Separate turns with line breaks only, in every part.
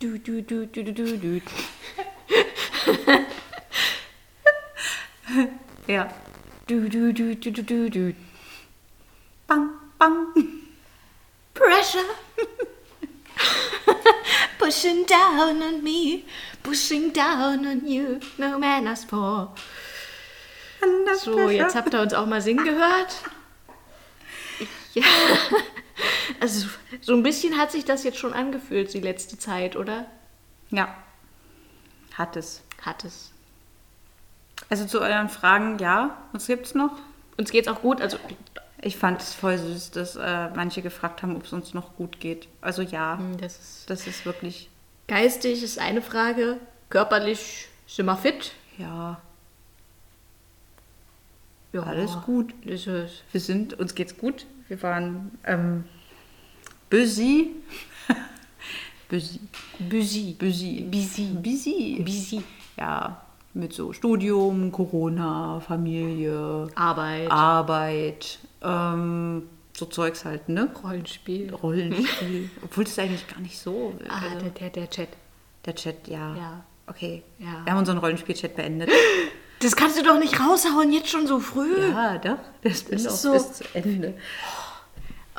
Du, du, du, du, du, du, du.
Ja.
Du, du, du, du, du, du, du.
Bang, bang.
Pressure. Pushing down on me. Pushing down on you. No manners for.
Under
So,
pressure.
jetzt habt ihr uns auch mal singen gehört. Ja. Also, so ein bisschen hat sich das jetzt schon angefühlt, die letzte Zeit, oder?
Ja. Hat es.
Hat es.
Also zu euren Fragen, ja. Was gibt's noch?
Uns geht's auch gut. Also,
Ich fand es voll süß, dass äh, manche gefragt haben, ob es uns noch gut geht. Also ja,
mm, das ist
das ist wirklich,
geistig ist eine Frage. Körperlich sind wir fit.
ja,
Ja,
alles gut.
Das ist
Wir sind, uns geht's gut. Wir waren ähm, busy. busy.
busy.
Busy.
Busy.
Busy.
Busy.
Ja, mit so Studium, Corona, Familie,
Arbeit.
Arbeit, ähm, so Zeugs halt, ne?
Rollenspiel.
Rollenspiel. Obwohl das eigentlich gar nicht so.
Ah,
also,
der, der, der Chat.
der Chat, ja.
Ja.
Okay.
Ja.
Wir haben unseren Rollenspiel-Chat beendet.
Das kannst du doch nicht raushauen, jetzt schon so früh.
Ja, doch. Der Spin
ist
ist,
so-
ist zu Ende.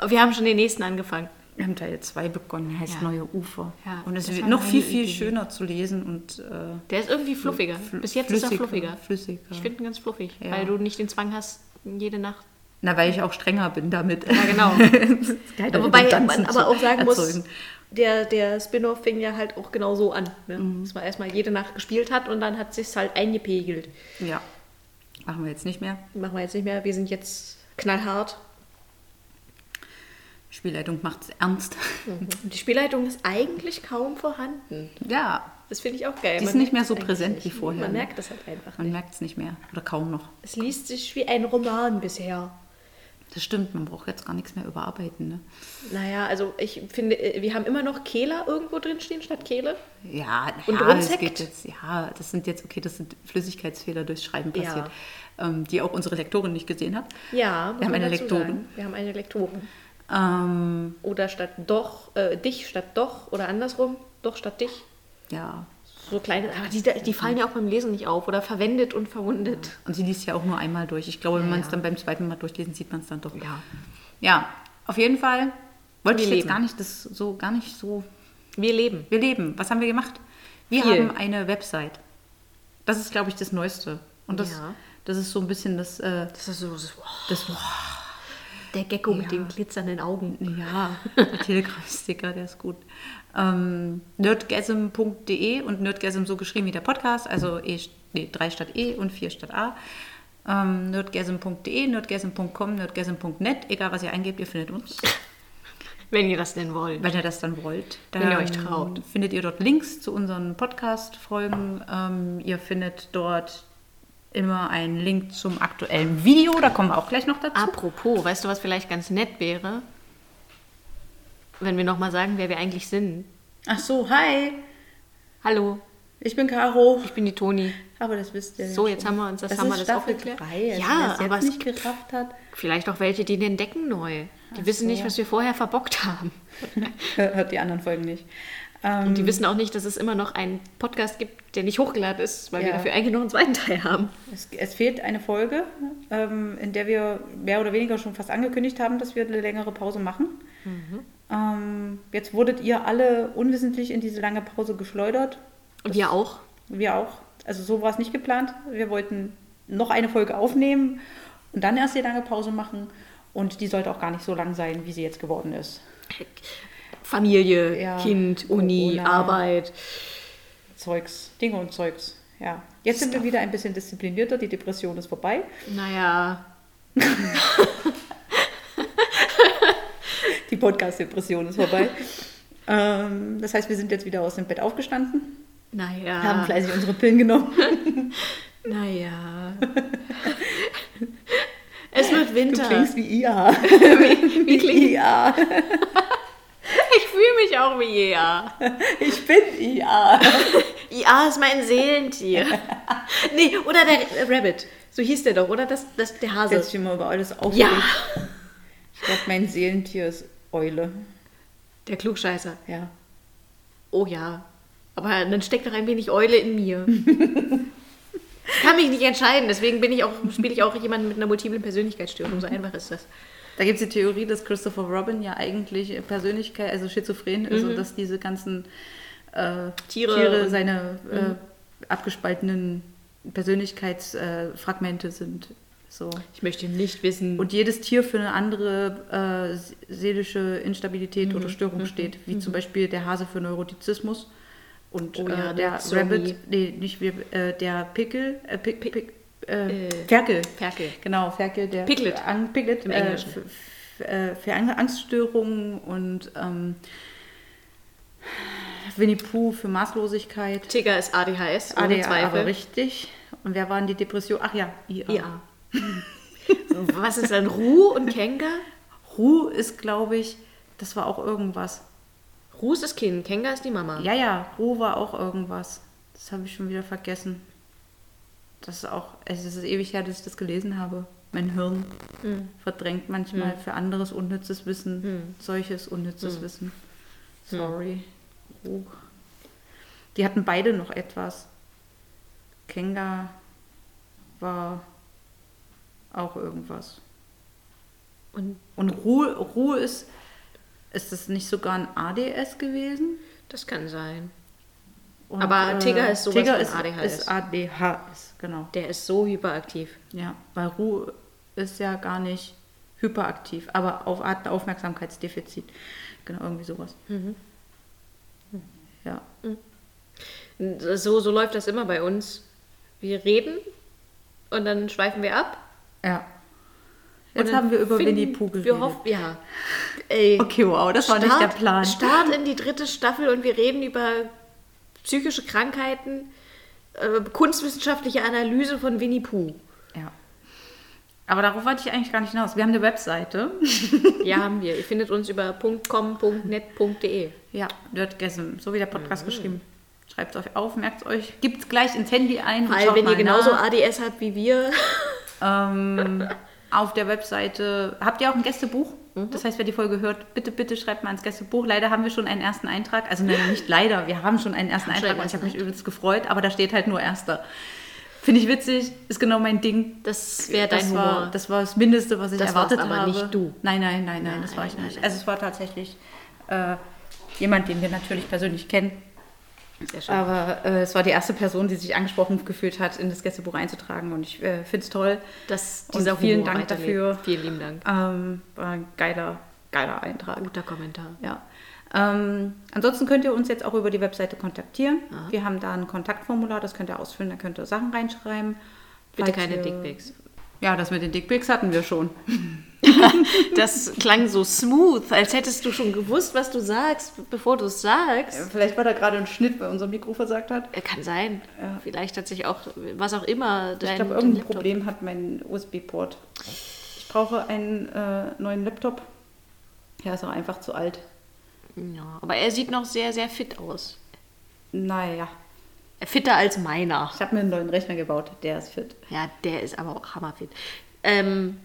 Wir haben schon den nächsten angefangen.
Wir haben Teil 2 begonnen, heißt
Ja.
Neue Ufer.
Ja,
und es
das
wird
war
noch
meine
viel, viel
Idee.
schöner zu lesen und äh,
Der ist irgendwie fluffiger.
fl-
Bis jetzt ist er fluffiger.
Flüssiger.
Ich finde ihn ganz fluffig,
Ja.
weil du nicht den Zwang hast, jede Nacht.
Na, weil ich auch strenger bin damit.
Ja, genau.
Keine
Also Wobei
Redundanzen
man aber auch
zu
sagen muss,
erzeugen.
der, der Spin-off fing ja halt auch genau so an. Ne? Dass man erstmal jede Nacht gespielt hat und dann hat sich's halt eingepegelt.
Ja. Machen wir jetzt nicht mehr.
Machen wir jetzt nicht mehr. Wir sind jetzt knallhart.
Spielleitung macht's ernst.
Und Die Spielleitung ist eigentlich kaum vorhanden.
Ja.
Das finde ich auch geil.
Die ist
Man
nicht mehr so
merkt's
präsent
eigentlich
wie vorher,
Man
ne?
merkt das halt einfach.
Man merkt es nicht mehr. Oder kaum noch.
Es liest sich wie ein Roman bisher.
Das stimmt, man braucht jetzt gar nichts mehr überarbeiten. Ne?
Naja, also ich finde, äh, wir haben immer noch Kehler irgendwo drin stehen statt Kehle.
Ja,
Und
ja, das
Rumsekt?
geht jetzt, ja, das sind jetzt, okay, das sind Flüssigkeitsfehler durchs Schreiben
Ja.
passiert, ähm, die auch unsere Lektorin nicht gesehen hat.
Ja, muss
Wir haben
man
eine
dazu
Lektorin.
sagen. Wir haben eine Lektorin.
Ähm,
Oder statt doch, äh, dich statt doch oder andersrum, doch statt dich.
ja,
So kleine, aber die, die fallen ja auch beim Lesen nicht auf oder verwendet und verwundet.
und sie liest ja auch nur einmal durch. Ich glaube, wenn
Ja,
man es
ja.
dann beim zweiten Mal durchlesen, sieht man es dann doch.
Ja.
Ja, auf jeden Fall wollte
Wir
ich
leben.
jetzt gar nicht das so, gar nicht so.
Wir leben.
Wir leben. Was haben wir gemacht? Wir
Viel.
haben eine Website. Das ist, glaube ich, das Neueste. Und das,
Ja.
das ist so ein bisschen das, äh,
Das ist so, so
das
der Gecko mit den glitzernden Augen.
Ja, der Telegram-Sticker, der ist gut. Ähm, nerdgasm.de und nerdgasm so geschrieben wie der Podcast, also e, nee, 3 statt E und 4 statt A. Ähm, nerdgasm.de, nerdgasm.com, nerdgasm.net, egal was ihr eingebt, ihr findet uns,
Wenn ihr das denn wollt.
wenn ihr das dann wollt. Dann ähm,
Wenn ihr euch traut.
Findet ihr dort Links zu unseren Podcast-Folgen. Ähm, ihr findet dort immer einen Link zum aktuellen Video, da kommen wir auch gleich noch dazu.
Apropos, weißt du, was vielleicht ganz nett wäre? Wenn wir nochmal sagen, wer wir eigentlich sind.
Ach so, hi,
Hallo,
ich bin Caro.
ich bin die Toni.
Aber das wisst ihr
So,
ja
jetzt
schon.
haben wir uns- das haben wir das auch geklärt.
Drei, also
Ja,
ja,
aber
aber
es-
es nicht gerafft hat,
Vielleicht auch welche, die den decken neu. Die
Ach
wissen
so.
nicht, was wir vorher verbockt haben.
hört die anderen Folgen nicht. Ähm,
Die wissen auch nicht, dass es immer noch einen Podcast gibt, der nicht hochgeladen ist, weil wir
Ja.
dafür eigentlich noch einen zweiten Teil haben.
es, es fehlt eine Folge, ähm, in der wir mehr oder weniger schon fast angekündigt haben, dass wir eine längere Pause machen. Ähm, jetzt wurdet ihr alle unwissentlich in diese lange Pause geschleudert.
Und wir auch.
Wir auch. Also so war es nicht geplant. Wir wollten noch eine Folge aufnehmen und dann erst die lange Pause machen. Und die sollte auch gar nicht so lang sein, wie sie jetzt geworden ist.
Familie,
Ja. Oh,
Kind, Uni,
Corona.
Arbeit.
Zeugs, Dinge und Zeugs. Ja. Jetzt sind wir wieder ein bisschen disziplinierter, die Depression ist vorbei.
Naja,
Die Podcast-Depression ist vorbei. ähm, das heißt, wir sind jetzt wieder aus dem Bett aufgestanden,
naja.
haben fleißig unsere Pillen genommen.
Naja. es wird Winter.
Du klingst wie IA.
wie, wie klingt
IA.
Ich fühle mich auch wie Ia.
Ich bin IA.
Ia ist mein Seelentier. nee, oder der äh, Rabbit. So hieß der doch, oder? Das, das, der Hase.
Setz dich mal über alles auf.
ja.
Ich glaube, mein Seelentier ist Eule.
Der Klugscheißer.
Ja.
Oh ja. Aber dann steckt doch ein wenig Eule in mir. Ich kann mich nicht entscheiden, deswegen bin ich auch, spiele ich auch jemanden mit einer multiplen Persönlichkeitsstörung. So einfach ist das.
Da gibt es die Theorie, dass Christopher Robin ja eigentlich Persönlichkeit, also schizophren ist und dass diese ganzen äh,
Tiere
Tiere,
und-
seine äh, abgespaltenen Persönlichkeitsfragmente äh, Fragmente sind. So.
Ich möchte nicht wissen.
Und jedes Tier für eine andere äh, seelische Instabilität
Mhm.
oder Störung steht, wie zum Beispiel der Hase für Neurotizismus und
Oh ja,
äh, der
Leukämie.
Rabbit, nee, nicht wir, äh, der Pickel, äh, Pick, Pick, äh,
Äh,
Ferkel.
Ferkel.
Genau, Ferkel, der
Piglet.
Äh, Ang- Piglet
Im
im
Englischen.
Englischen. Äh, f- f- äh, für Ang- Angststörungen und ähm, Winnie Pooh für Maßlosigkeit.
Tigger ist ADHS, ohne
ADA, aber
Zweifel.
richtig. Und wer waren die Depression? Ach ja, IA.
Ja. Was ist dann Ruh und Kenga?
Ruh ist, glaube ich, das war auch irgendwas.
Ruh ist das Kind, Kenga ist die Mama.
Ja, ja, Ruh war auch irgendwas. Das habe ich schon wieder vergessen. Das ist auch, es ist ewig her, dass ich das gelesen habe. Mein Hirn
Hm.
verdrängt manchmal für anderes unnützes Wissen, solches unnützes Wissen. Sorry. Ruh. Die hatten beide noch etwas. Kenga war auch irgendwas.
Und
Und Ruh, Ruh ist, ist das nicht sogar ein ADS gewesen?
das kann sein.
Und, äh,
Aber Tigger ist sowas
Tigger
von
ist,
ADHS.
Ist ADHS, genau.
Der ist so hyperaktiv.
Ja, weil Ruhe ist ja gar nicht hyperaktiv, aber auf Art Aufmerksamkeitsdefizit. Genau, irgendwie sowas.
Mhm.
Ja.
So, so läuft das immer bei uns. Wir reden und dann schweifen wir ab.
ja.
Und
Jetzt
dann
haben wir über
finden-
Winnie Pooh geredet.
Wir hoffen, ja. Ey,
okay, wow, das war nicht der Plan.
Start in die dritte Staffel und wir reden über psychische Krankheiten, äh, kunstwissenschaftliche Analyse von Winnie Pooh.
Ja. Aber darauf wollte ich eigentlich gar nicht hinaus. Wir haben eine Webseite.
Ja, haben wir. Ihr findet uns über .com.net.de.
Ja, Nerdgasm, so wie der
Mhm.
Podcast geschrieben. Schreibt euch auf, merkt euch, gibt's gleich ins Handy ein. und
Weil
schaut
wenn ihr
mal
genauso
nach.
ADS habt wie wir,
Ähm, auf der Webseite habt ihr auch ein Gästebuch.
Mhm.
Das heißt, wer die Folge hört, bitte, bitte schreibt mal ins Gästebuch. Leider haben wir schon einen ersten Eintrag. Also nein, nicht leider, wir haben schon einen ersten
haben schon
Eintrag
einen
und ich habe mich übelst gefreut, aber da steht halt nur erster. Finde ich witzig, ist genau mein Ding.
das wäre dein
das
Humor.
War, das war das Mindeste, was ich
Das warst
erwartet
aber
habe.
nicht du.
Nein, nein, nein, nein, das war ich nicht. Also es war tatsächlich äh, jemand, den wir natürlich persönlich kennen.
Sehr schön.
Aber äh, es war die erste Person, die sich angesprochen gefühlt hat, in das Gästebuch einzutragen. Und ich äh, finde es toll.
Dass
Und
dieser
vielen
Humor
Dank
weiterlebt.
dafür.
Vielen lieben Dank.
Ähm, war ein geiler, geiler Eintrag.
Guter Kommentar.
Ja. Ähm, ansonsten könnt ihr uns jetzt auch über die Webseite kontaktieren.
Aha.
Wir haben da ein Kontaktformular, das könnt ihr ausfüllen, da könnt ihr Sachen reinschreiben.
Bitte
Falls
keine
ihr-
Dickpics.
Ja, das mit den Dickpics hatten wir schon.
Das klang so smooth, als hättest du schon gewusst, was du sagst, bevor du es sagst.
Vielleicht war da gerade ein Schnitt, weil unser Mikro versagt hat.
Ja. Kann sein. Vielleicht hat sich auch, was auch immer, dein,
Ich glaube, irgendein Problem hat mein USB-Port. Ich brauche einen äh, neuen Laptop. Ja, ist auch einfach zu alt.
Ja, aber er sieht noch sehr, sehr fit aus.
Naja,
Fitter als meiner.
ich habe mir einen neuen Rechner gebaut, der ist fit.
Ja, der ist aber auch hammerfit. Ähm,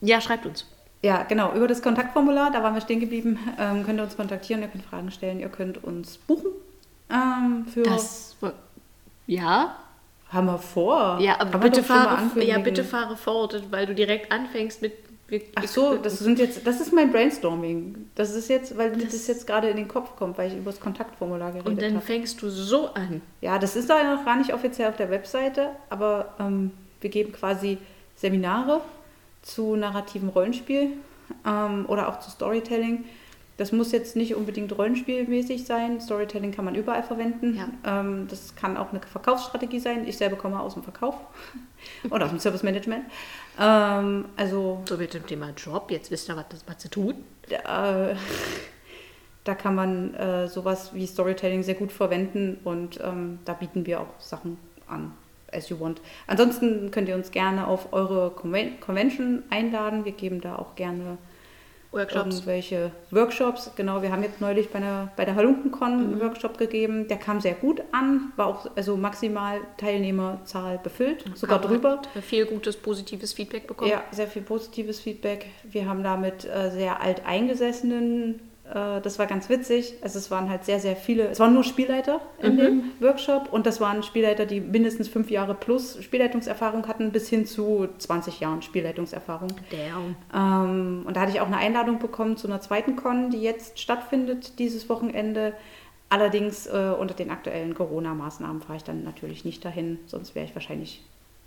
ja, schreibt uns.
Ja, genau, über das Kontaktformular, da waren wir stehen geblieben, ähm, könnt ihr uns kontaktieren, ihr könnt Fragen stellen, ihr könnt uns buchen. Ähm, für
Das, ja,
haben wir vor.
ja,
Haben wir
aber bitte
doch schon mal
fahre, ja,
angekündigt.
bitte fahre fort, weil du direkt anfängst mit. Wir,
Ach so, das sind jetzt, das ist mein Brainstorming. Das ist jetzt, weil mir das jetzt gerade in den Kopf kommt, weil ich über das Kontaktformular
und
geredet
dann
habe.
fängst du so an.
Ja, das ist da noch gar nicht offiziell auf der Webseite, aber ähm, wir geben quasi Seminare zu narrativem Rollenspiel ähm, oder auch zu Storytelling. Das muss jetzt nicht unbedingt rollenspielmäßig sein. Storytelling kann man überall verwenden.
Ja.
Ähm, das kann auch eine Verkaufsstrategie sein. Ich selber komme aus dem Verkauf oder aus dem Service Management. Ähm, also
So mit dem Thema Job, jetzt wisst ihr, was, das, was zu tun.
äh, da kann man äh, sowas wie Storytelling sehr gut verwenden und ähm, da bieten wir auch Sachen an, as you want. Ansonsten könnt ihr uns gerne auf eure Conven Convention einladen. Wir geben da auch gerne
Workshops.
irgendwelche Workshops. Genau, wir haben jetzt neulich bei, einer, bei der Halunkencon einen Workshop gegeben. Der kam sehr gut an, war auch also maximal Teilnehmerzahl befüllt, sogar
Aber
drüber.
hat Viel gutes, positives Feedback bekommen.
Ja, sehr viel positives Feedback. Wir haben da mit äh, sehr alteingesessenen Äh, Das war ganz witzig. Also es waren halt sehr, sehr viele, es waren nur Spielleiter in dem Workshop und das waren Spielleiter, die mindestens fünf Jahre plus Spielleitungserfahrung hatten, bis hin zu 20 Jahren Spielleitungserfahrung.
Damn.
Ähm, und da hatte ich auch eine Einladung bekommen zu einer zweiten Con, die jetzt stattfindet dieses Wochenende. Allerdings äh, unter den aktuellen Corona-Maßnahmen fahre ich dann natürlich nicht dahin, sonst wäre ich wahrscheinlich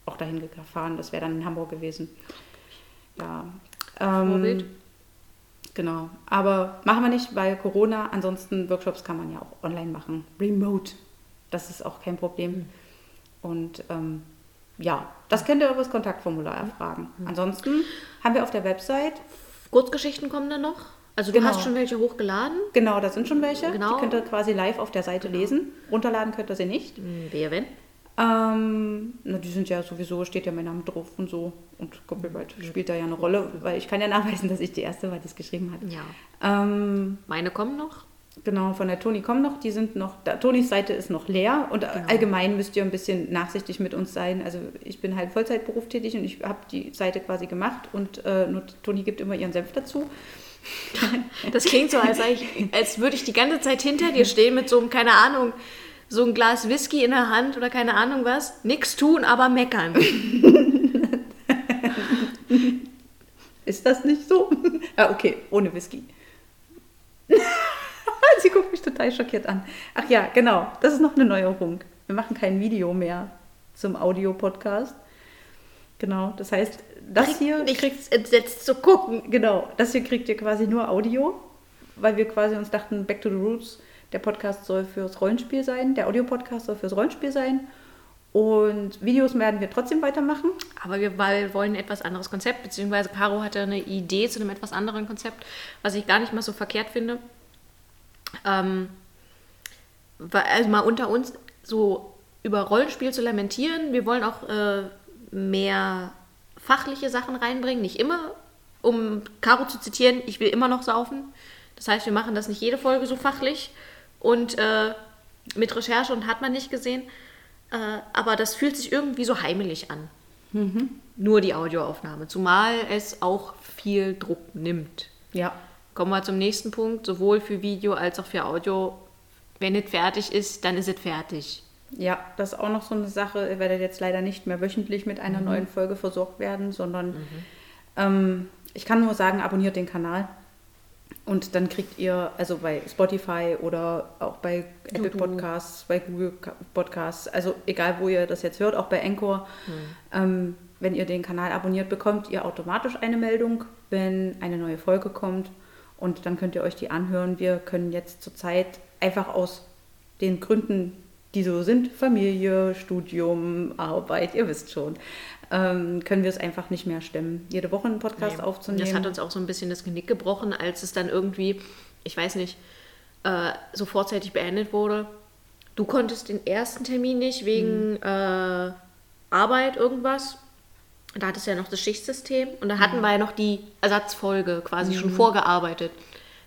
auch dahin gefahren. Das wäre dann in Hamburg gewesen. Ja. Ähm,
Vorbild.
Genau. Aber machen wir nicht, weil Corona. Ansonsten Workshops kann man ja auch online machen. Remote. Das ist auch kein Problem. Und ähm, ja, das könnt ihr über das Kontaktformular erfragen. Ansonsten haben wir auf der Website,
Kurzgeschichten kommen dann noch. Also du
Genau.
hast schon welche hochgeladen.
genau, da sind schon welche.
Genau.
Die könnt ihr quasi live auf der Seite lesen. Runterladen könnt ihr sie nicht.
Hm, Wer wenn?
Ähm, na, die sind ja sowieso, steht ja mein Name drauf und so. Und Copyright spielt da ja eine Rolle, weil ich kann ja nachweisen, dass ich die Erste war, die es geschrieben hat.
Ja.
Ähm,
Meine kommen noch.
Genau, von der Toni kommen noch, die sind noch, da, Tonis Seite ist noch leer und allgemein müsst ihr ein bisschen nachsichtig mit uns sein. Also ich bin halt Vollzeitberuf tätig und ich habe die Seite quasi gemacht und äh, nur Toni gibt immer ihren Senf dazu.
Das klingt so, als, sei ich, als würde ich die ganze Zeit hinter dir stehen mit so einem, keine Ahnung, so ein Glas Whisky in der Hand oder keine Ahnung was. Nix tun, aber meckern.
Ist das nicht so? ah, okay, ohne Whisky. Sie guckt mich total schockiert an. Ach ja, genau, das ist noch eine Neuerung. Wir machen kein Video mehr zum Audio-Podcast. Genau, das heißt, das hier
ich krieg's entsetzt zu gucken.
Genau, das hier kriegt ihr quasi nur Audio, weil wir quasi uns dachten, Back to the Roots, der Podcast soll fürs Rollenspiel sein, der Audio-Podcast soll fürs Rollenspiel sein. Und Videos werden wir trotzdem weitermachen.
Aber wir weil wir wollen ein etwas anderes Konzept, beziehungsweise Caro hatte eine Idee zu einem etwas anderen Konzept, was ich gar nicht mal so verkehrt finde. Ähm, weil, also mal unter uns so über Rollenspiel zu lamentieren. Wir wollen auch äh, mehr fachliche Sachen reinbringen, nicht immer. Um Caro zu zitieren, ich will immer noch saufen. Das heißt, wir machen das nicht jede Folge so fachlich und äh, mit Recherche und hat man nicht gesehen. Äh, aber das fühlt sich irgendwie so heimelig an nur die Audioaufnahme, zumal es auch viel Druck nimmt.
Ja.
Kommen wir zum nächsten Punkt, sowohl für Video als auch für Audio. Wenn es fertig ist, dann ist es fertig.
Ja, das ist auch noch so eine Sache. Ihr werdet jetzt leider nicht mehr wöchentlich mit einer neuen Folge versorgt werden, sondern ähm, ich kann nur sagen, abonniert den Kanal. Und dann kriegt ihr, also bei Spotify oder auch bei Apple Podcasts, bei Google Ka- Podcasts, also egal wo ihr das jetzt hört, auch bei Anchor,
Hm.
ähm, wenn ihr den Kanal abonniert, bekommt ihr automatisch eine Meldung, wenn eine neue Folge kommt. Und dann könnt ihr euch die anhören. Wir können jetzt zurzeit einfach aus den Gründen, die so sind, Familie, Studium, Arbeit, ihr wisst schon, ähm, können wir es einfach nicht mehr stemmen, jede Woche einen Podcast
Nee.
aufzunehmen.
Das hat uns auch so ein bisschen das Genick gebrochen, als es dann irgendwie, ich weiß nicht, äh, so vorzeitig beendet wurde. Du konntest den ersten Termin nicht wegen
Mhm.
äh, Arbeit, irgendwas. Da hattest du ja noch das Schichtsystem und da
Mhm.
hatten wir ja noch die Ersatzfolge quasi schon vorgearbeitet.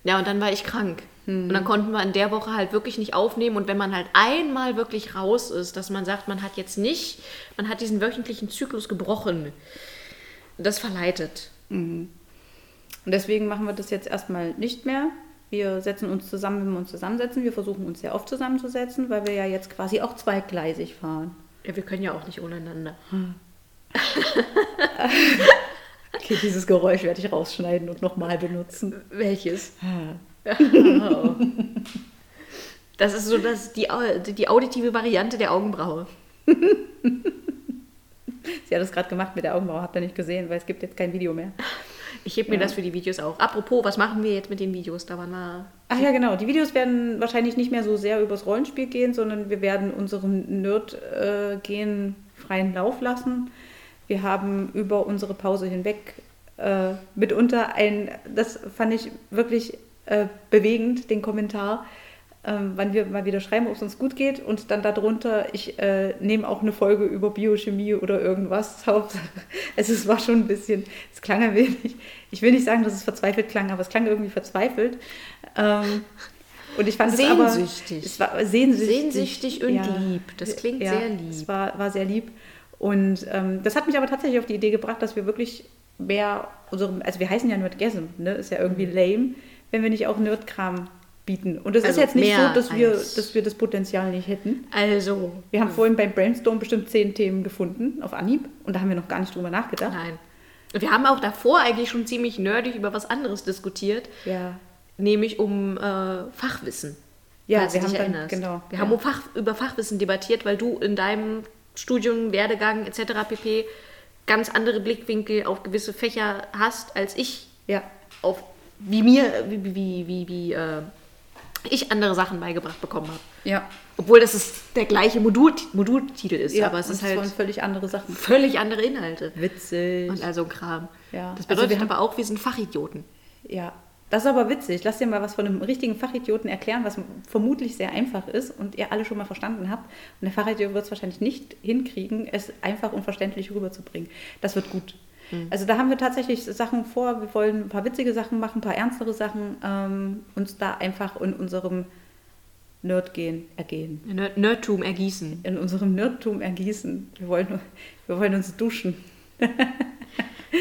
Ja, und dann war ich krank.
Mhm.
Und dann konnten wir in der Woche halt wirklich nicht aufnehmen. Und wenn man halt einmal wirklich raus ist, dass man sagt, man hat jetzt nicht, man hat diesen wöchentlichen Zyklus gebrochen, das verleitet.
Und deswegen machen wir das jetzt erstmal nicht mehr. Wir setzen uns zusammen, wenn wir uns zusammensetzen. Wir versuchen uns sehr oft zusammenzusetzen, weil wir ja jetzt quasi auch zweigleisig fahren.
Ja, wir können ja auch nicht untereinander.
Okay, dieses Geräusch werde ich rausschneiden und nochmal benutzen.
Welches? Das ist so das, die, au- die auditive Variante der Augenbraue.
Sie hat das gerade gemacht mit der Augenbraue, habt ihr nicht gesehen, weil es gibt jetzt kein Video mehr.
Ich heb mir das für die Videos auch. Apropos, was machen wir jetzt mit den Videos? Da waren wir.
Ach ja, genau. Die Videos werden wahrscheinlich nicht mehr so sehr übers Rollenspiel gehen, sondern wir werden unserem Nerd-Gen freien Lauf lassen. Wir haben über unsere Pause hinweg äh, mitunter ein, das fand ich wirklich äh, bewegend, den Kommentar, ähm, wann wir mal wieder schreiben, ob es uns gut geht und dann darunter, ich äh, nehme auch eine Folge über Biochemie oder irgendwas. Hauptsache, also es war schon ein bisschen, es klang ein wenig, ich will nicht sagen, dass es verzweifelt klang, aber es klang irgendwie verzweifelt. Ähm, und ich fand
Sehnsüchtig.
es aber, es war sehnsüchtig.
Sehnsüchtig und lieb. Das klingt sehr lieb.
Es war, war sehr lieb. Und ähm, das hat mich aber tatsächlich auf die
Mhm.
Idee gebracht, dass wir wirklich mehr unserem, also wir heißen ja nur Gasm, ne? ist ja irgendwie lame. wenn wir nicht auch Nerdkram bieten. Und es
Also
ist jetzt nicht so,
mehr
dass wir,
als-
dass wir das Potenzial nicht hätten.
Also,
Wir haben vorhin beim Brainstorm bestimmt zehn Themen gefunden auf Anhieb und da haben wir noch gar nicht drüber nachgedacht.
nein. Wir haben auch davor eigentlich schon ziemlich nerdig über was anderes diskutiert,
Ja.
nämlich um äh, Fachwissen.
Ja,
falls
wir
du dich
haben dann-
erinnerst.
genau,
Wir
ja.
haben um Fach, über Fachwissen debattiert, weil du in deinem Studium, Werdegang etc. pp. ganz andere Blickwinkel auf gewisse Fächer hast, als ich
Ja.
auf wie mir, wie, wie, wie, wie, wie äh, ich andere Sachen beigebracht bekommen habe.
Ja.
Obwohl das ist der gleiche Modul, Modultitel ist,
ja.
aber es
und
ist
das waren
halt
völlig andere Sachen.
völlig andere Inhalte.
Witzig.
Und also ein Kram.
Ja.
Das
Also
bedeutet
wir haben-
aber auch, wir sind Fachidioten.
Ja, das ist aber witzig. Lass dir mal was von einem richtigen Fachidioten erklären, was vermutlich sehr einfach ist und ihr alle schon mal verstanden habt. Und der Fachidiot wird es wahrscheinlich nicht hinkriegen, es einfach und verständlich rüberzubringen. Das wird gut. Also da haben wir tatsächlich Sachen vor. Wir wollen ein paar witzige Sachen machen, ein paar ernstere Sachen, ähm, uns da einfach in unserem Nerdgehen ergehen.
Nerd Nerdtum ergießen.
In unserem Nerdtum ergießen. Wir wollen, wir wollen uns duschen.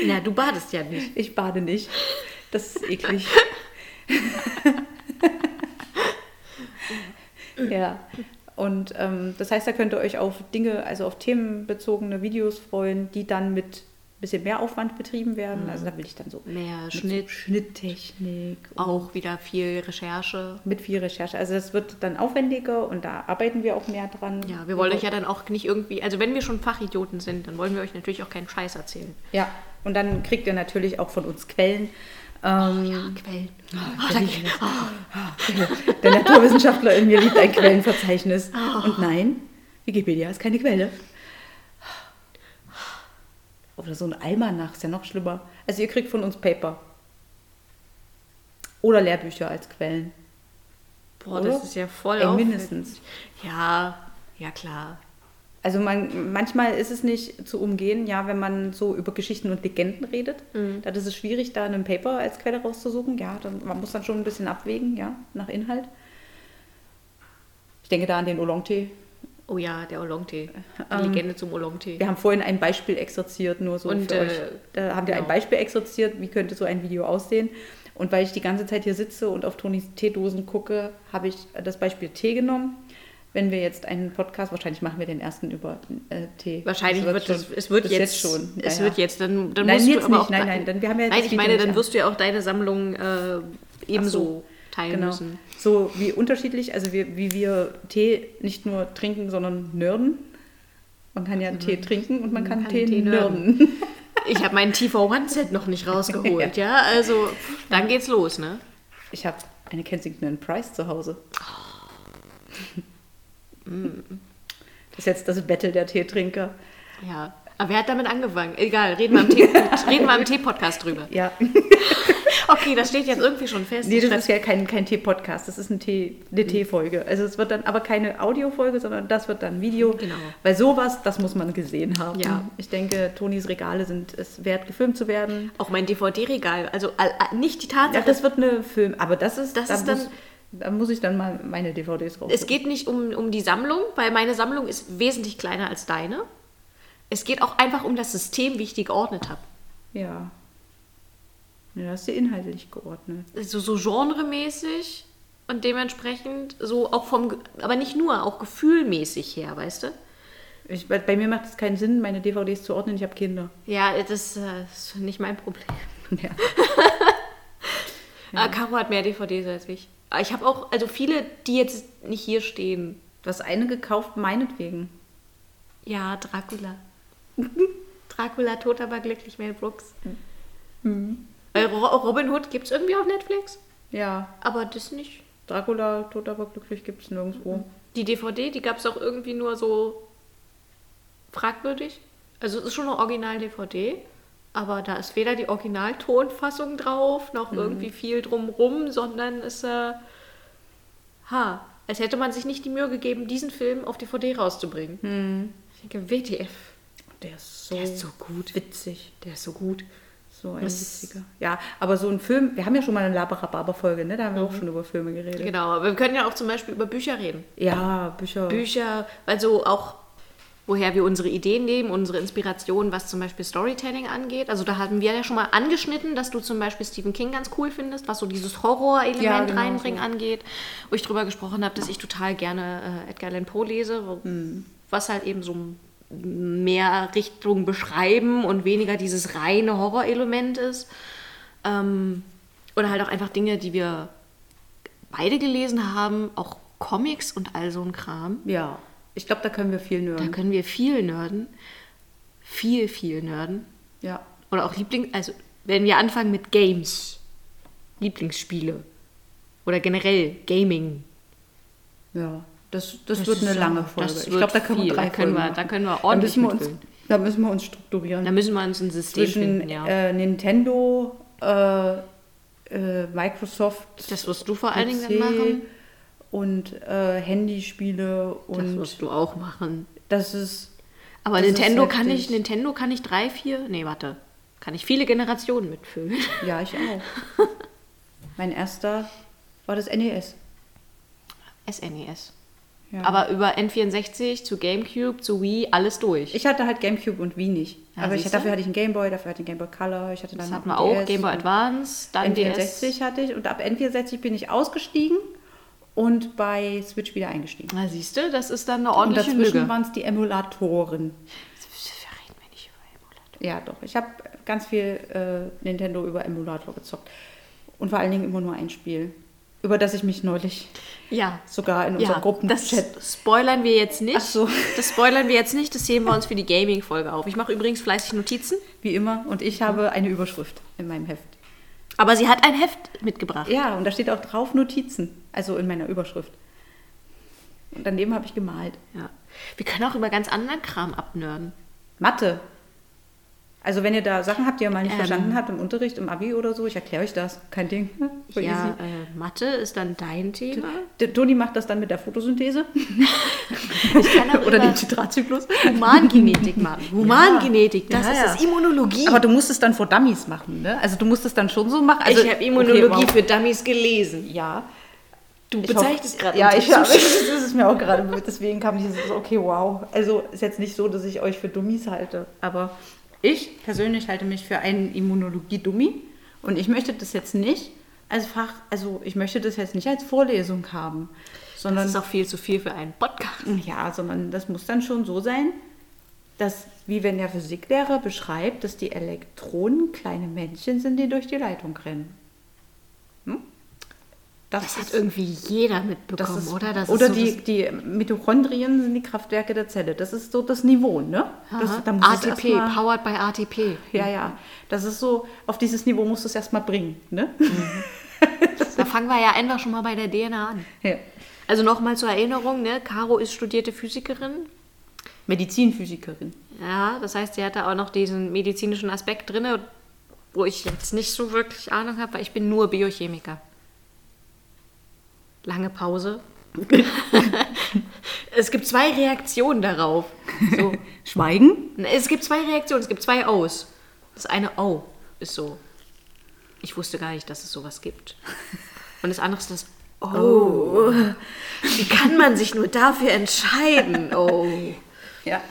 Ja, du badest ja nicht.
Ich bade nicht. Das ist eklig. ja. Und ähm, das heißt, da könnt ihr euch auf Dinge, also auf themenbezogene Videos freuen, die dann mit ein bisschen mehr Aufwand betrieben werden. Also da will ich dann so
Mehr
mit
Mhm. Schnitt.
So Schnitttechnik,
Auch wieder viel Recherche.
mit viel Recherche. Also das wird dann aufwendiger und da arbeiten wir auch mehr dran.
Ja, wir wollen euch ja dann auch nicht irgendwie, also wenn wir schon Fachidioten sind, dann wollen wir euch natürlich auch keinen Scheiß erzählen.
Ja, und dann kriegt ihr natürlich auch von uns Quellen. Ähm,
Ja, Quellen.
Ah,
Oh, danke.
Der Naturwissenschaftler in mir liebt ein Quellenverzeichnis. Und nein, Wikipedia ist keine Quelle. Oder so ein Almanach ist ja noch schlimmer. Also ihr kriegt von uns Paper. Oder Lehrbücher als Quellen.
Boah,
Oder?
das ist ja voll
Ey,
auffällig.
mindestens.
Ja, ja klar.
Also man, manchmal ist es nicht zu umgehen, ja, wenn man so über Geschichten und Legenden redet, dann ist es schwierig, da einen Paper als Quelle rauszusuchen. Ja, dann, man muss dann schon ein bisschen abwägen, ja, nach Inhalt. Ich denke da an den Oolong-Tee.
Oh ja, der Oolong-Tee. Die
Ähm,
Legende zum Oolong-Tee.
Wir haben vorhin ein Beispiel exerziert, nur so
Und,
für
äh,
euch. Da haben wir
genau.
ein Beispiel exerziert, wie könnte so ein Video aussehen. Und weil ich die ganze Zeit hier sitze und auf Tonis Teedosen gucke, habe ich das Beispiel Tee genommen. Wenn wir jetzt einen Podcast, wahrscheinlich machen wir den ersten über äh, Tee.
Wahrscheinlich
Das
wird, es,
schon-
es wird
das
jetzt,
schon.
Es
naja.
wird jetzt, dann, dann
Nein,
musst
jetzt
du aber
nicht.
auch.
Nein, nein, dann- wir haben ja jetzt
Nein,
das
ich
Video
meine,
nicht
dann
an.
wirst du ja auch deine Sammlung äh, ebenso teilen
Genau.
müssen.
So wie unterschiedlich, also wie, wie wir Tee nicht nur trinken, sondern nörden. Man kann
Also
ja Tee trinken und man kann, Tee, nörden.
Ich habe mein TV-One-Set noch nicht rausgeholt, ja. Also, dann geht's los, ne?
Ich habe eine Kensington Price zu Hause.
Mm.
Das ist jetzt das Battle der Teetrinker.
Ja. Aber wer hat damit angefangen? Egal, reden wir am Tee- reden wir am Tee-Podcast drüber.
Ja,
Okay, das steht jetzt irgendwie schon fest.
nee, das ist ja kein, kein Tee-Podcast, das ist ein Tee,
Mm.
eine Tee-Folge. Also es wird dann aber keine Audio-Folge, sondern das wird dann Video.
Genau.
Weil sowas, das muss man gesehen haben.
Ja.
Ich denke, Tonis Regale sind es wert, gefilmt zu werden.
auch mein DVD-Regal. Also, all- all- nicht die Tatsache,
Ja, das wird eine Film, aber das ist,
Das
da,
ist
muss, da muss ich dann mal meine DVDs raus.
Es geht nicht um, um die Sammlung, weil meine Sammlung ist wesentlich kleiner als deine. Es geht auch einfach um das System, wie ich die geordnet habe.
Ja. Ja, da hast du inhaltlich geordnet.
Also so genremäßig und dementsprechend so auch vom, Ge- aber nicht nur, auch gefühlmäßig her, weißt du?
Ich, bei- bei mir macht es keinen Sinn, meine DVDs zu ordnen. Ich habe Kinder.
Ja, das äh, ist nicht mein Problem.
Ja.
Äh, Caro hat mehr DVDs als ich. Aber Ich habe auch, also viele, die jetzt nicht hier stehen.
Du hast eine gekauft, meinetwegen.
Ja, Dracula. Dracula, tot aber glücklich, Mel Brooks. Äh, Ro- Robin Hood gibt es irgendwie auf Netflix?
Ja,
Aber das nicht.
Dracula, tot aber glücklich, gibt es nirgendwo.
Die DVD, die gab es auch irgendwie nur so fragwürdig. Also es ist schon eine Original-DVD, aber da ist weder die Originaltonfassung drauf, noch irgendwie viel drumrum, sondern es, äh, ha, als hätte man sich nicht die Mühe gegeben, diesen Film auf DVD rauszubringen. Ich denke, WTF,
Der ist so,
Hm. der ist so gut,
witzig.
der ist so gut.
So ein
Das-
witziger. Ja, aber so ein Film, wir haben ja schon mal eine Laberababer-Folge, ne? Da haben wir
Mhm.
auch schon über Filme geredet.
Genau, aber wir können ja auch zum Beispiel über Bücher reden.
Ja, Bücher.
Bücher, also auch woher wir unsere Ideen nehmen, unsere Inspiration, was zum Beispiel Storytelling angeht. Also da hatten wir ja schon mal angeschnitten, dass du zum Beispiel Stephen King ganz cool findest, was so dieses Horror-Element
Ja, genau
reinbringen
so.
angeht, wo ich drüber gesprochen habe, dass ich total gerne äh, Edgar Allan Poe lese, wo,
Hm.
was halt eben so mehr Richtung beschreiben und weniger dieses reine Horror-Element ist. Ähm, oder halt auch einfach Dinge, die wir beide gelesen haben, auch Comics und all so ein Kram.
Ja, ich glaube, da können wir viel
Da
nörden.
können wir viel nörden. Viel, viel nörden.
Ja.
Oder auch Lieblings... Also, wenn wir anfangen mit Games. Lieblingsspiele. Oder generell Gaming.
Ja, das, das, wird
ist
eine
so-
lange
das
Folge. Ich
wird
glaube, da können
viel.
wir drei
Da können wir-
Folgen
da
machen.
können wir
Da
ordentlich
müssen wir uns,
mitfüllen.
Da müssen wir uns strukturieren.
Da müssen wir uns ein System
Zwischen
finden, ja.
äh, Nintendo, äh, äh, Microsoft,
das wirst du vor allen Dingen
PC
dann machen.
und äh, Handyspiele
Das
und
wirst du auch machen.
das ist
Aber
Das ist
Nintendo kann
heftig.
ich... Nintendo kann ich drei, vier... Nee, warte. Kann ich viele Generationen mitfüllen.
ja ich auch. mein erster war das NES.
SNES.
Ja.
E Aber über N64 zu Gamecube zu Wii alles durch.
ich hatte halt Gamecube und Wii nicht.
Ja,
Aber ich,
siehste.
dafür hatte ich einen Gameboy, dafür hatte ich einen Gameboy Color, ich hatte dann
das
noch E
hatten wir
einen
auch.
DS
Game Boy
und-
Advance, dann E DS.
N64 E hatte ich und ab N64 bin ich ausgestiegen und bei Switch wieder eingestiegen.
Na, siehst du, das ist dann eine
Und
ordentliche
dazwischen
Lücke.
waren es die Emulatoren.
reden wir nicht über Emulator.
Ja, doch. Ich habe ganz viel äh, Nintendo über Emulator gezockt. Und vor allen Dingen immer nur ein Spiel, über das ich mich neulich
Ja.
sogar in unserem Gruppenchat.
das spoilern wir jetzt nicht.
Ach so.
Das spoilern wir jetzt nicht, das heben wir uns für die Gaming-Folge auf. Ich mache übrigens fleißig Notizen,
Wie immer. Und
Mhm.
ich habe eine Überschrift in meinem Heft.
aber sie hat ein Heft mitgebracht.
Ja, und da steht auch drauf Notizen. Also in meiner Überschrift. Und daneben habe ich gemalt.
Ja. Wir können auch über ganz anderen Kram abnörden.
Mathe. Also wenn ihr da Sachen habt, die ihr mal nicht
Ähm.
verstanden habt im Unterricht, im Abi oder so, ich erkläre euch das. Kein Ding. Voll
ja, äh, Mathe ist dann dein Thema.
easy. Der Toni macht das dann mit der Photosynthese.
Ich kann auch
oder
über
den Zitratzyklus.
Humangenetik machen. Humangenetik, das
Ja,
ist
ja.
es. Immunologie.
Aber du musst es dann vor Dummies machen, ne? Also du musst es dann schon so machen. Also,
ich habe Immunologie
okay, wow.
für Dummies gelesen.
Ja.
Du
Ich hoffe-
bezeichnest gerade
Ja,
einen
ich
Text.
habe. Das ist mir auch gerade. bewusst. Deswegen kam dieses, so, okay, wow. Also ist jetzt nicht so, dass ich euch für Dummies halte, aber ich persönlich halte mich für einen Immunologie-Dummy und ich möchte das jetzt nicht als Fach, also ich möchte das jetzt nicht als Vorlesung haben, sondern
Das ist auch viel zu viel für einen Podcast.
ja, sondern das muss dann schon so sein, dass, wie wenn der Physiklehrer beschreibt, dass die Elektronen kleine Männchen sind, die durch die Leitung rennen. Hm?
Das hat irgendwie jeder mitbekommen,
das ist,
oder? Das
oder
ist so
die, die Mitochondrien sind die Kraftwerke der Zelle. Das ist so das Niveau, ne?
das,
Das,
Aha.
da muss es
ATP,
erst mal-
powered by ATP.
Ja, ja. Das ist so, auf dieses Niveau musst du es erstmal bringen, ne?
Da fangen wir ja einfach schon mal bei der DNA an.
ja.
Also nochmal zur Erinnerung, ne? Caro ist studierte Physikerin.
Medizinphysikerin.
Ja, das heißt, sie hat da auch noch diesen medizinischen Aspekt drin, wo ich jetzt nicht so wirklich Ahnung habe, weil ich bin nur Biochemiker. Lange Pause. es gibt zwei Reaktionen darauf. So.
Schweigen?
Na, Es gibt zwei Reaktionen, es gibt zwei Aus. Das eine Au ist so. Ich wusste gar nicht, dass es sowas gibt. Und das andere ist das Oh. Wie kann man sich nur dafür entscheiden? Oh.
Ja.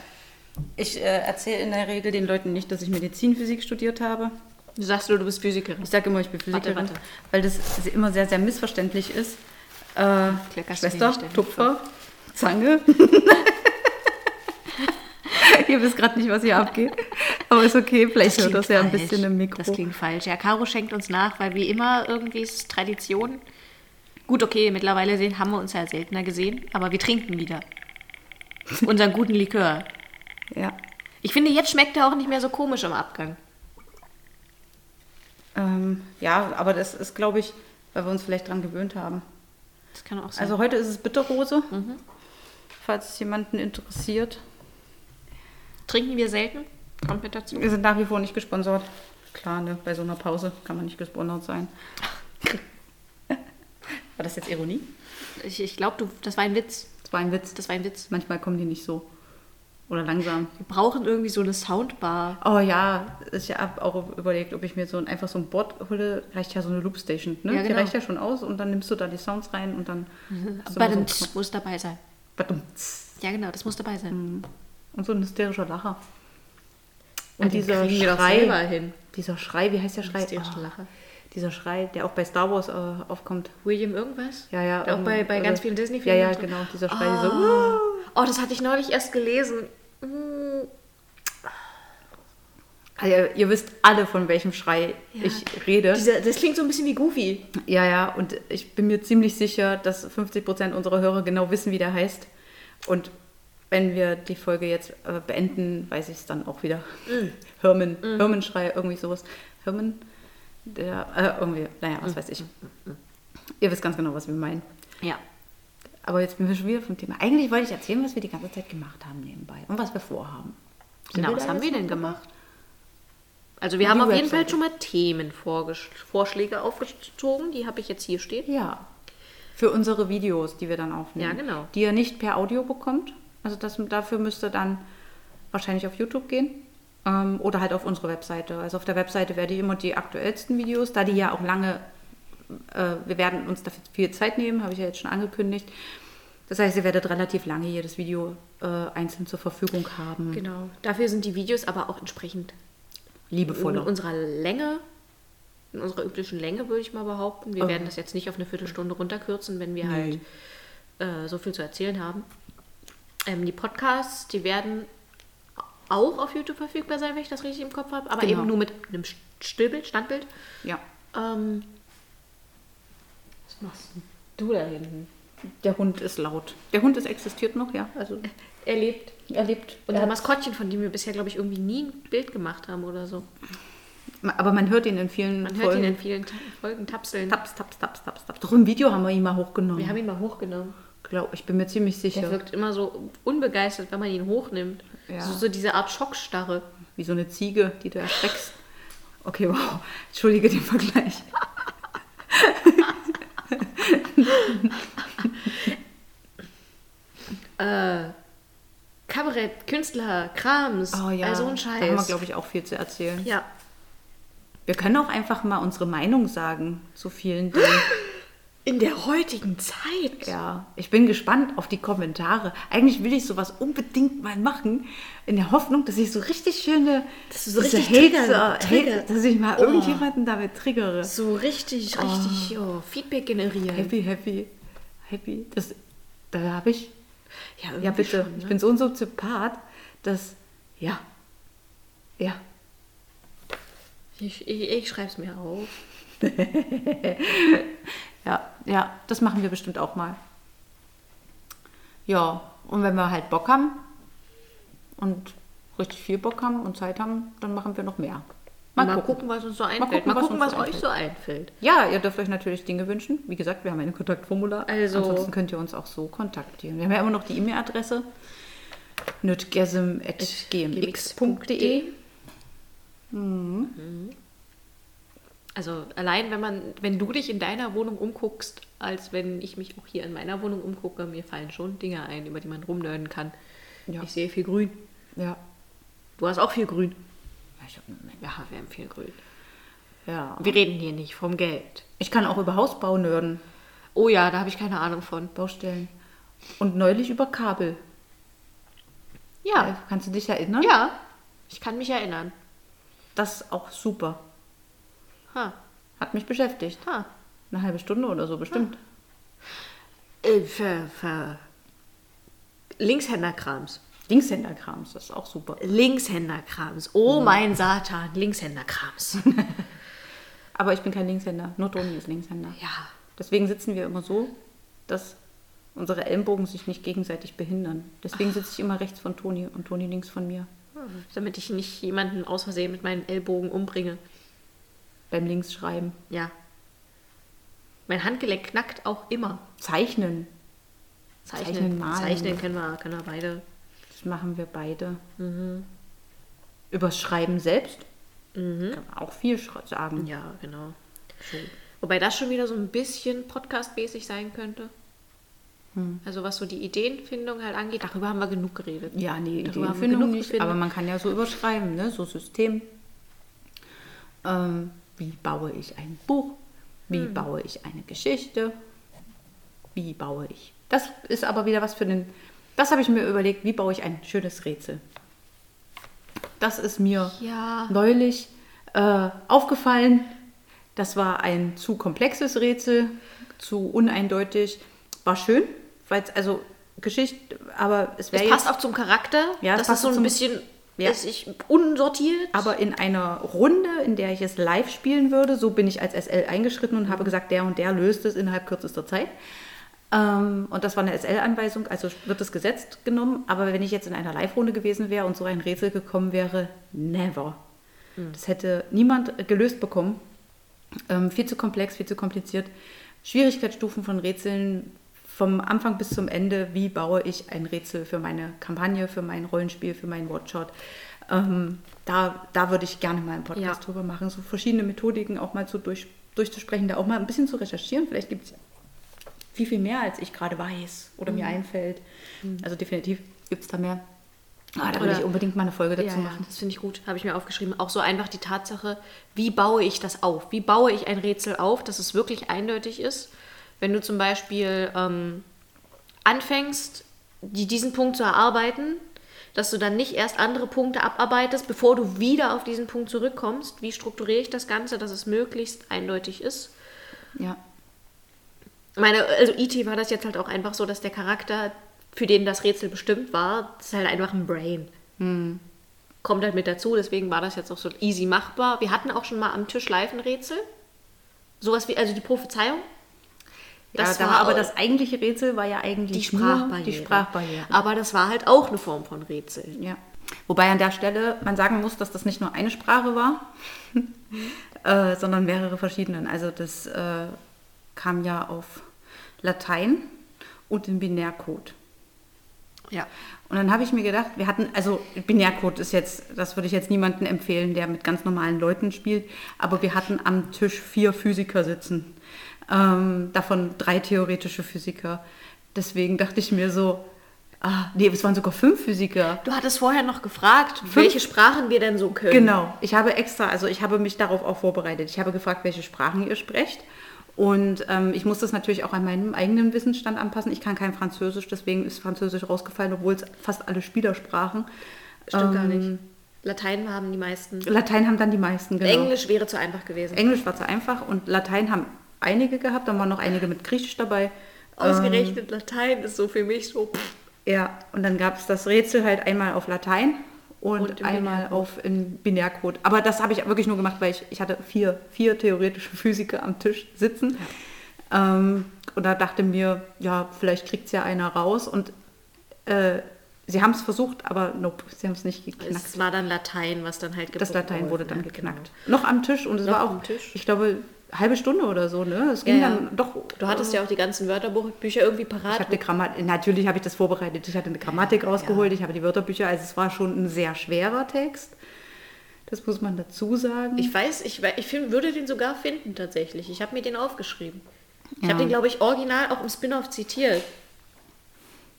Ich äh, erzähle in der Regel den Leuten nicht, dass ich Medizinphysik studiert habe.
Du sagst nur, du bist Physikerin.
Ich sage immer, ich bin Physikerin,
Warte, warte.
weil das immer sehr, sehr missverständlich ist. Äh,
Kleckerst du
Schwester,
mir nicht
Tupfer, Zange. ihr wisst gerade nicht, was hier abgeht. Aber ist okay, vielleicht hört das ja ein
falsch.
bisschen im Mikro.
Das klingt falsch. Ja, Caro schenkt uns nach, weil wie immer irgendwie ist es Tradition. Gut, okay, mittlerweile sehen- haben wir uns ja seltener gesehen, aber wir trinken wieder. Unseren guten Likör.
ja.
Ich finde, jetzt schmeckt er auch nicht mehr so komisch im Abgang.
Ähm, ja, aber das ist, glaube ich, weil wir uns vielleicht dran gewöhnt haben.
Das kann auch sein.
Also heute ist es Bitterrose,
Mhm.
falls es jemanden interessiert.
Trinken wir selten? Kommt mit dazu.
Wir sind nach wie vor nicht gesponsert. Klar, ne? bei so einer Pause kann man nicht gesponsert sein. War das jetzt Ironie?
Ich, ich glaube, das war ein Witz.
Das war ein Witz.
Das war ein Witz.
Manchmal kommen die nicht so. Oder langsam.
Wir brauchen irgendwie so eine Soundbar.
Oh ja, ich habe auch überlegt, ob ich mir so ein, einfach so ein Board hole. Reicht ja so eine Loopstation. Ne?
Ja,
Die
genau.
reicht ja schon aus und dann nimmst du da die Sounds rein und dann. hast du
Aber
immer
dann
so-
muss dabei sein.
Badum, tss.
Ja, genau, das muss dabei sein.
Und so ein hysterischer Lacher.
Ah, den
Und dieser
kriegen wir doch selber
Schrei,
hin.
dieser Schrei, wie heißt der Schrei?
Hysterischer
Oh,
Lacher.
dieser Schrei, der auch bei Star Wars äh, aufkommt.
William irgendwas?
Ja, ja.
Der auch bei,
irgend-
bei ganz
oder-
vielen Disney-Filmen.
Ja, ja,
drin-
genau. Dieser Schrei,
oh.
dieser, "Wuh!"
oh, das hatte ich neulich erst gelesen. Hm,
also, ihr- ihr wisst alle, von welchem Schrei
Ja.
ich rede.
Dieser, das klingt so ein bisschen wie Goofy.
Ja, ja, und ich bin mir ziemlich sicher, dass 50% unserer Hörer genau wissen, wie der heißt. Und wenn wir die Folge jetzt äh, beenden, weiß ich es dann auch wieder.
Mhm.
Hirmen, Hirmenschrei, irgendwie sowas. Hirmen, der, äh, irgendwie, naja,
Mhm.
was weiß ich. Ihr wisst ganz genau, was wir meinen.
Ja.
Aber jetzt bin ich schon wieder vom Thema. Eigentlich wollte ich erzählen, was wir die ganze Zeit gemacht haben nebenbei und was wir vorhaben. Sind
Genau,
da
was haben
jetzt
wir
noch
denn
dran?
gemacht? Also wir haben
Die
auf jeden Fall
Webseite.
schon mal Themenvorschläge aufgezogen. Die habe ich jetzt hier stehen.
Ja. Für unsere Videos, die wir dann aufnehmen.
Ja, genau.
Die ihr nicht per Audio bekommt. Also das, dafür müsst ihr dann wahrscheinlich auf YouTube gehen. Ähm, oder halt auf unsere Webseite. Also auf der Webseite werde ich immer die aktuellsten Videos, da die ja auch lange, äh, wir werden uns dafür viel Zeit nehmen, habe ich ja jetzt schon angekündigt. Das heißt, ihr werdet relativ lange jedes Video äh, einzeln zur Verfügung haben.
Genau. Dafür sind die Videos aber auch entsprechend in
Liebevoller.
unserer Länge, in unserer üblichen Länge würde ich mal behaupten. Wir
Oh.
werden das jetzt nicht auf eine Viertelstunde runterkürzen, wenn wir
Nee.
halt äh, so viel zu erzählen haben. Ähm, die Podcasts, die werden auch auf YouTube verfügbar sein, wenn ich das richtig im Kopf habe, aber
Genau.
eben nur mit einem Stillbild, Standbild.
ja.
Ähm, was machst denn du da hinten?
Der Hund ist laut. Der Hund ist existiert noch, ja. Also
Er lebt.
er lebt.
Unser
er hat-
Maskottchen, von dem wir bisher, glaube ich, irgendwie nie ein Bild gemacht haben oder so.
aber man hört ihn in vielen
Man hört
Folgen.
ihn in vielen Ta- Folgen tapseln.
Taps, taps, taps, taps, taps. Doch im Video haben wir ihn mal hochgenommen.
Wir haben ihn mal hochgenommen.
Glaub, ich bin mir ziemlich
Der
sicher.
wirkt immer so unbegeistert, wenn man ihn hochnimmt.
Ja.
So, so diese Art Schockstarre.
Wie so eine Ziege, die du erschreckst. Okay, wow. Entschuldige den Vergleich.
Äh, Kabarett, Künstler, Krams, also ein Scheiß.
Oh Da haben wir, glaube ich, auch viel zu erzählen.
ja.
Wir können auch einfach mal unsere Meinung sagen zu vielen Dingen.
In der heutigen Zeit.
ja, ich bin gespannt auf die Kommentare. Eigentlich will ich sowas unbedingt mal machen, in der Hoffnung, dass ich so richtig schöne,
Dass du so
diese
richtig Oh. trigger-
Hater-
trigger-
Hater- dass ich mal irgendjemanden damit triggere.
So richtig, richtig oh, Feedback generieren.
Happy, happy, happy. Das, da habe ich.
Ja,
Ja,
irgendwie
bitte.
schon, ne?
Ich bin so ein Soziopath, dass. Ja. Ja.
Ich, ich, ich schreib's mir auf.
Ja, ja, das machen wir bestimmt auch mal. Ja, und wenn wir halt Bock haben und richtig viel Bock haben und Zeit haben, dann machen wir noch mehr.
Mal, gucken. was uns so einfällt.
gucken,
Mal
was
gucken,
uns
was,
so
euch so einfällt.
Ja, ihr dürft euch natürlich Dinge wünschen. Wie gesagt, wir haben ein Kontaktformular.
Also-
Ansonsten könnt ihr uns auch so kontaktieren. Wir haben ja immer noch die E-Mail-Adresse nerdgasm.gmx.de. Mhm.
Mhm. Also allein, wenn man, wenn du dich in deiner Wohnung umguckst, als wenn ich mich auch hier in meiner Wohnung umgucke, mir fallen schon Dinge ein, über die man rumnörden kann.
Ja.
Ich sehe viel Grün.
Ja.
Du hast auch viel Grün.
Ich hab einen Moment.
Ja, wir haben viel Grün.
Ja.
Wir reden hier nicht vom Geld.
Ich kann auch über Hausbau nörden,
Oh ja, da habe ich keine Ahnung von.
Baustellen. Und neulich über Kabel. Äh,
Ja,
Kannst du dich erinnern?
ja, ich kann mich erinnern.
Das ist auch super.
Ha,
Hat mich beschäftigt.
ha.
Eine halbe Stunde oder so bestimmt.
Äh, für, für Linkshänderkrams.
Linkshänderkrams, das ist auch super.
Linkshänderkrams. Oh mein Satan, Linkshänderkrams.
Aber ich bin kein Linkshänder. Nur Toni ist Linkshänder.
ja.
Deswegen sitzen wir immer so, dass unsere Ellenbogen sich nicht gegenseitig behindern. Deswegen sitze ich immer rechts von Toni und Toni links von mir.
Damit ich nicht jemanden aus Versehen mit meinen Ellbogen umbringe.
Beim Linksschreiben.
Ja. Mein Handgelenk knackt auch immer.
Zeichnen.
Zeichnen,
Zeichnen,
Zeichnen,
malen.
können, wir, können wir beide.
Das machen wir beide.
Mhm.
Übers Schreiben selbst kann man auch viel schra- sagen.
Mhm. Ja, genau.
So.
Wobei das schon wieder so ein bisschen podcastmäßig sein könnte. Also was so die Ideenfindung halt angeht, darüber haben wir genug geredet.
Ja, nee,
Darüber haben wir
Ideenfindung
genug
nicht,
gefunden.
aber man kann ja so überschreiben, ne? so System. Ähm, wie baue ich ein Buch? Wie
Mhm.
baue ich eine Geschichte? Wie baue ich? Das ist aber wieder was für den Das habe ich mir überlegt, wie baue ich ein schönes Rätsel. Das ist mir
Ja.
neulich äh, aufgefallen. Das war ein zu komplexes Rätsel, zu uneindeutig. War schön, weil es also Geschichte, aber es wäre
Es
jetzt
passt auch zum Charakter.
Ja, es
das
passt
ist so ein
zum-
bisschen
Ja.
ist ich unsortiert.
aber in einer Runde, in der ich es live spielen würde, so bin ich als SL eingeschritten und habe gesagt, der und der löst es innerhalb kürzester Zeit. Ähm, und das war eine SL-Anweisung, also wird es gesetzt genommen. Aber wenn ich jetzt in einer Live-Runde gewesen wäre und so ein Rätsel gekommen wäre, never.
Mhm.
Das hätte niemand gelöst bekommen. Ähm, viel zu komplex, viel zu kompliziert. Schwierigkeitsstufen von Rätseln vom Anfang bis zum Ende. Wie baue ich ein Rätsel für meine Kampagne, für mein Rollenspiel, für meinen Watchout? Ähm, da, da würde ich gerne mal einen Podcast
Ja.
drüber machen. So verschiedene Methodiken auch mal zu durch, durchzusprechen, da auch mal ein bisschen zu recherchieren. Vielleicht gibt es viel, viel mehr, als ich gerade weiß oder
Mhm.
mir einfällt. Also definitiv gibt es da mehr. Ah, da würde
Oder-
ich unbedingt mal eine Folge dazu
ja, ja,
machen.
das finde ich gut. Habe ich mir aufgeschrieben. Auch so einfach die Tatsache, wie baue ich das auf? Wie baue ich ein Rätsel auf, dass es wirklich eindeutig ist? Wenn du zum Beispiel ähm, anfängst, die, diesen Punkt zu erarbeiten, dass du dann nicht erst andere Punkte abarbeitest, bevor du wieder auf diesen Punkt zurückkommst. Wie strukturiere ich das Ganze, dass es möglichst eindeutig ist?
Ja.
meine, also E.T. war das jetzt halt auch einfach so, dass der Charakter, für den das Rätsel bestimmt war, ist halt einfach ein Brain.
Hm.
Kommt halt mit dazu, deswegen war das jetzt auch so easy machbar. Wir hatten auch schon mal am Tisch Schleifenrätsel. Sowas wie, also die Prophezeiung.
ja, da war aber das eigentliche Rätsel war ja
die
eigentlich nur
Sprachbarriere.
die Sprachbarriere.
Aber das war halt auch eine Form von Rätsel.
Ja. Wobei an der Stelle man sagen muss, dass das nicht nur eine Sprache war, äh, sondern mehrere verschiedenen. Also das äh, kam ja auf Latein und den Binärcode.
Ja.
Und dann habe ich mir gedacht, wir hatten, also Binärcode ist jetzt, das würde ich jetzt niemandem empfehlen, der mit ganz normalen Leuten spielt, aber wir hatten am Tisch vier Physiker sitzen, ähm, davon drei theoretische Physiker. Deswegen dachte ich mir so, ah, nee, es waren sogar fünf Physiker.
Du hattest vorher noch gefragt, welche Sprachen wir denn so können.
Genau, ich habe extra, also ich habe mich darauf auch vorbereitet. Ich habe gefragt, welche Sprachen ihr sprecht. Und ähm, ich muss das natürlich auch an meinem eigenen Wissensstand anpassen. Ich kann kein Französisch, deswegen ist Französisch rausgefallen, obwohl es fast alle Spieler sprachen.
Stimmt gar
Ähm, Genau.
nicht. Latein haben die meisten.
Latein haben dann die meisten, genau.
Englisch wäre zu einfach gewesen.
Englisch war zu einfach und Latein haben einige gehabt, dann waren noch einige mit Griechisch dabei.
Ausgerechnet
Ähm,
Latein ist so für mich so. Pff.
Ja, und dann gab es das Rätsel halt einmal auf Latein und,
Und im
einmal auf in Binärcode. Aber das habe ich wirklich nur gemacht, weil ich, ich hatte vier, vier theoretische Physiker am Tisch sitzen. Ähm, und da dachte mir, ja, vielleicht kriegt es ja einer raus. Und äh, sie haben es versucht, aber nope, sie haben es nicht geknackt.
Es war dann Latein, was dann halt
Das
gebraucht
Latein wurde dann
ja, genau.
geknackt. Noch am Tisch und es
Noch
war auch,
am Tisch.
ich glaube, halbe Stunde oder so, ne? Es
Ja,
ging
ja.
dann doch.
Du hattest ja auch die ganzen Wörterbücher irgendwie
Ich
parat.
habe eine Grammatik, natürlich habe ich das vorbereitet. Ich hatte eine Grammatik rausgeholt, ich habe die Wörterbücher, also es war schon ein sehr schwerer Text. Das muss man dazu sagen.
Ich weiß, ich, wei- ich find, würde den sogar finden tatsächlich. Ich habe mir den aufgeschrieben. Ich
Ja.
habe den, glaube ich, original auch im Spin-off zitiert.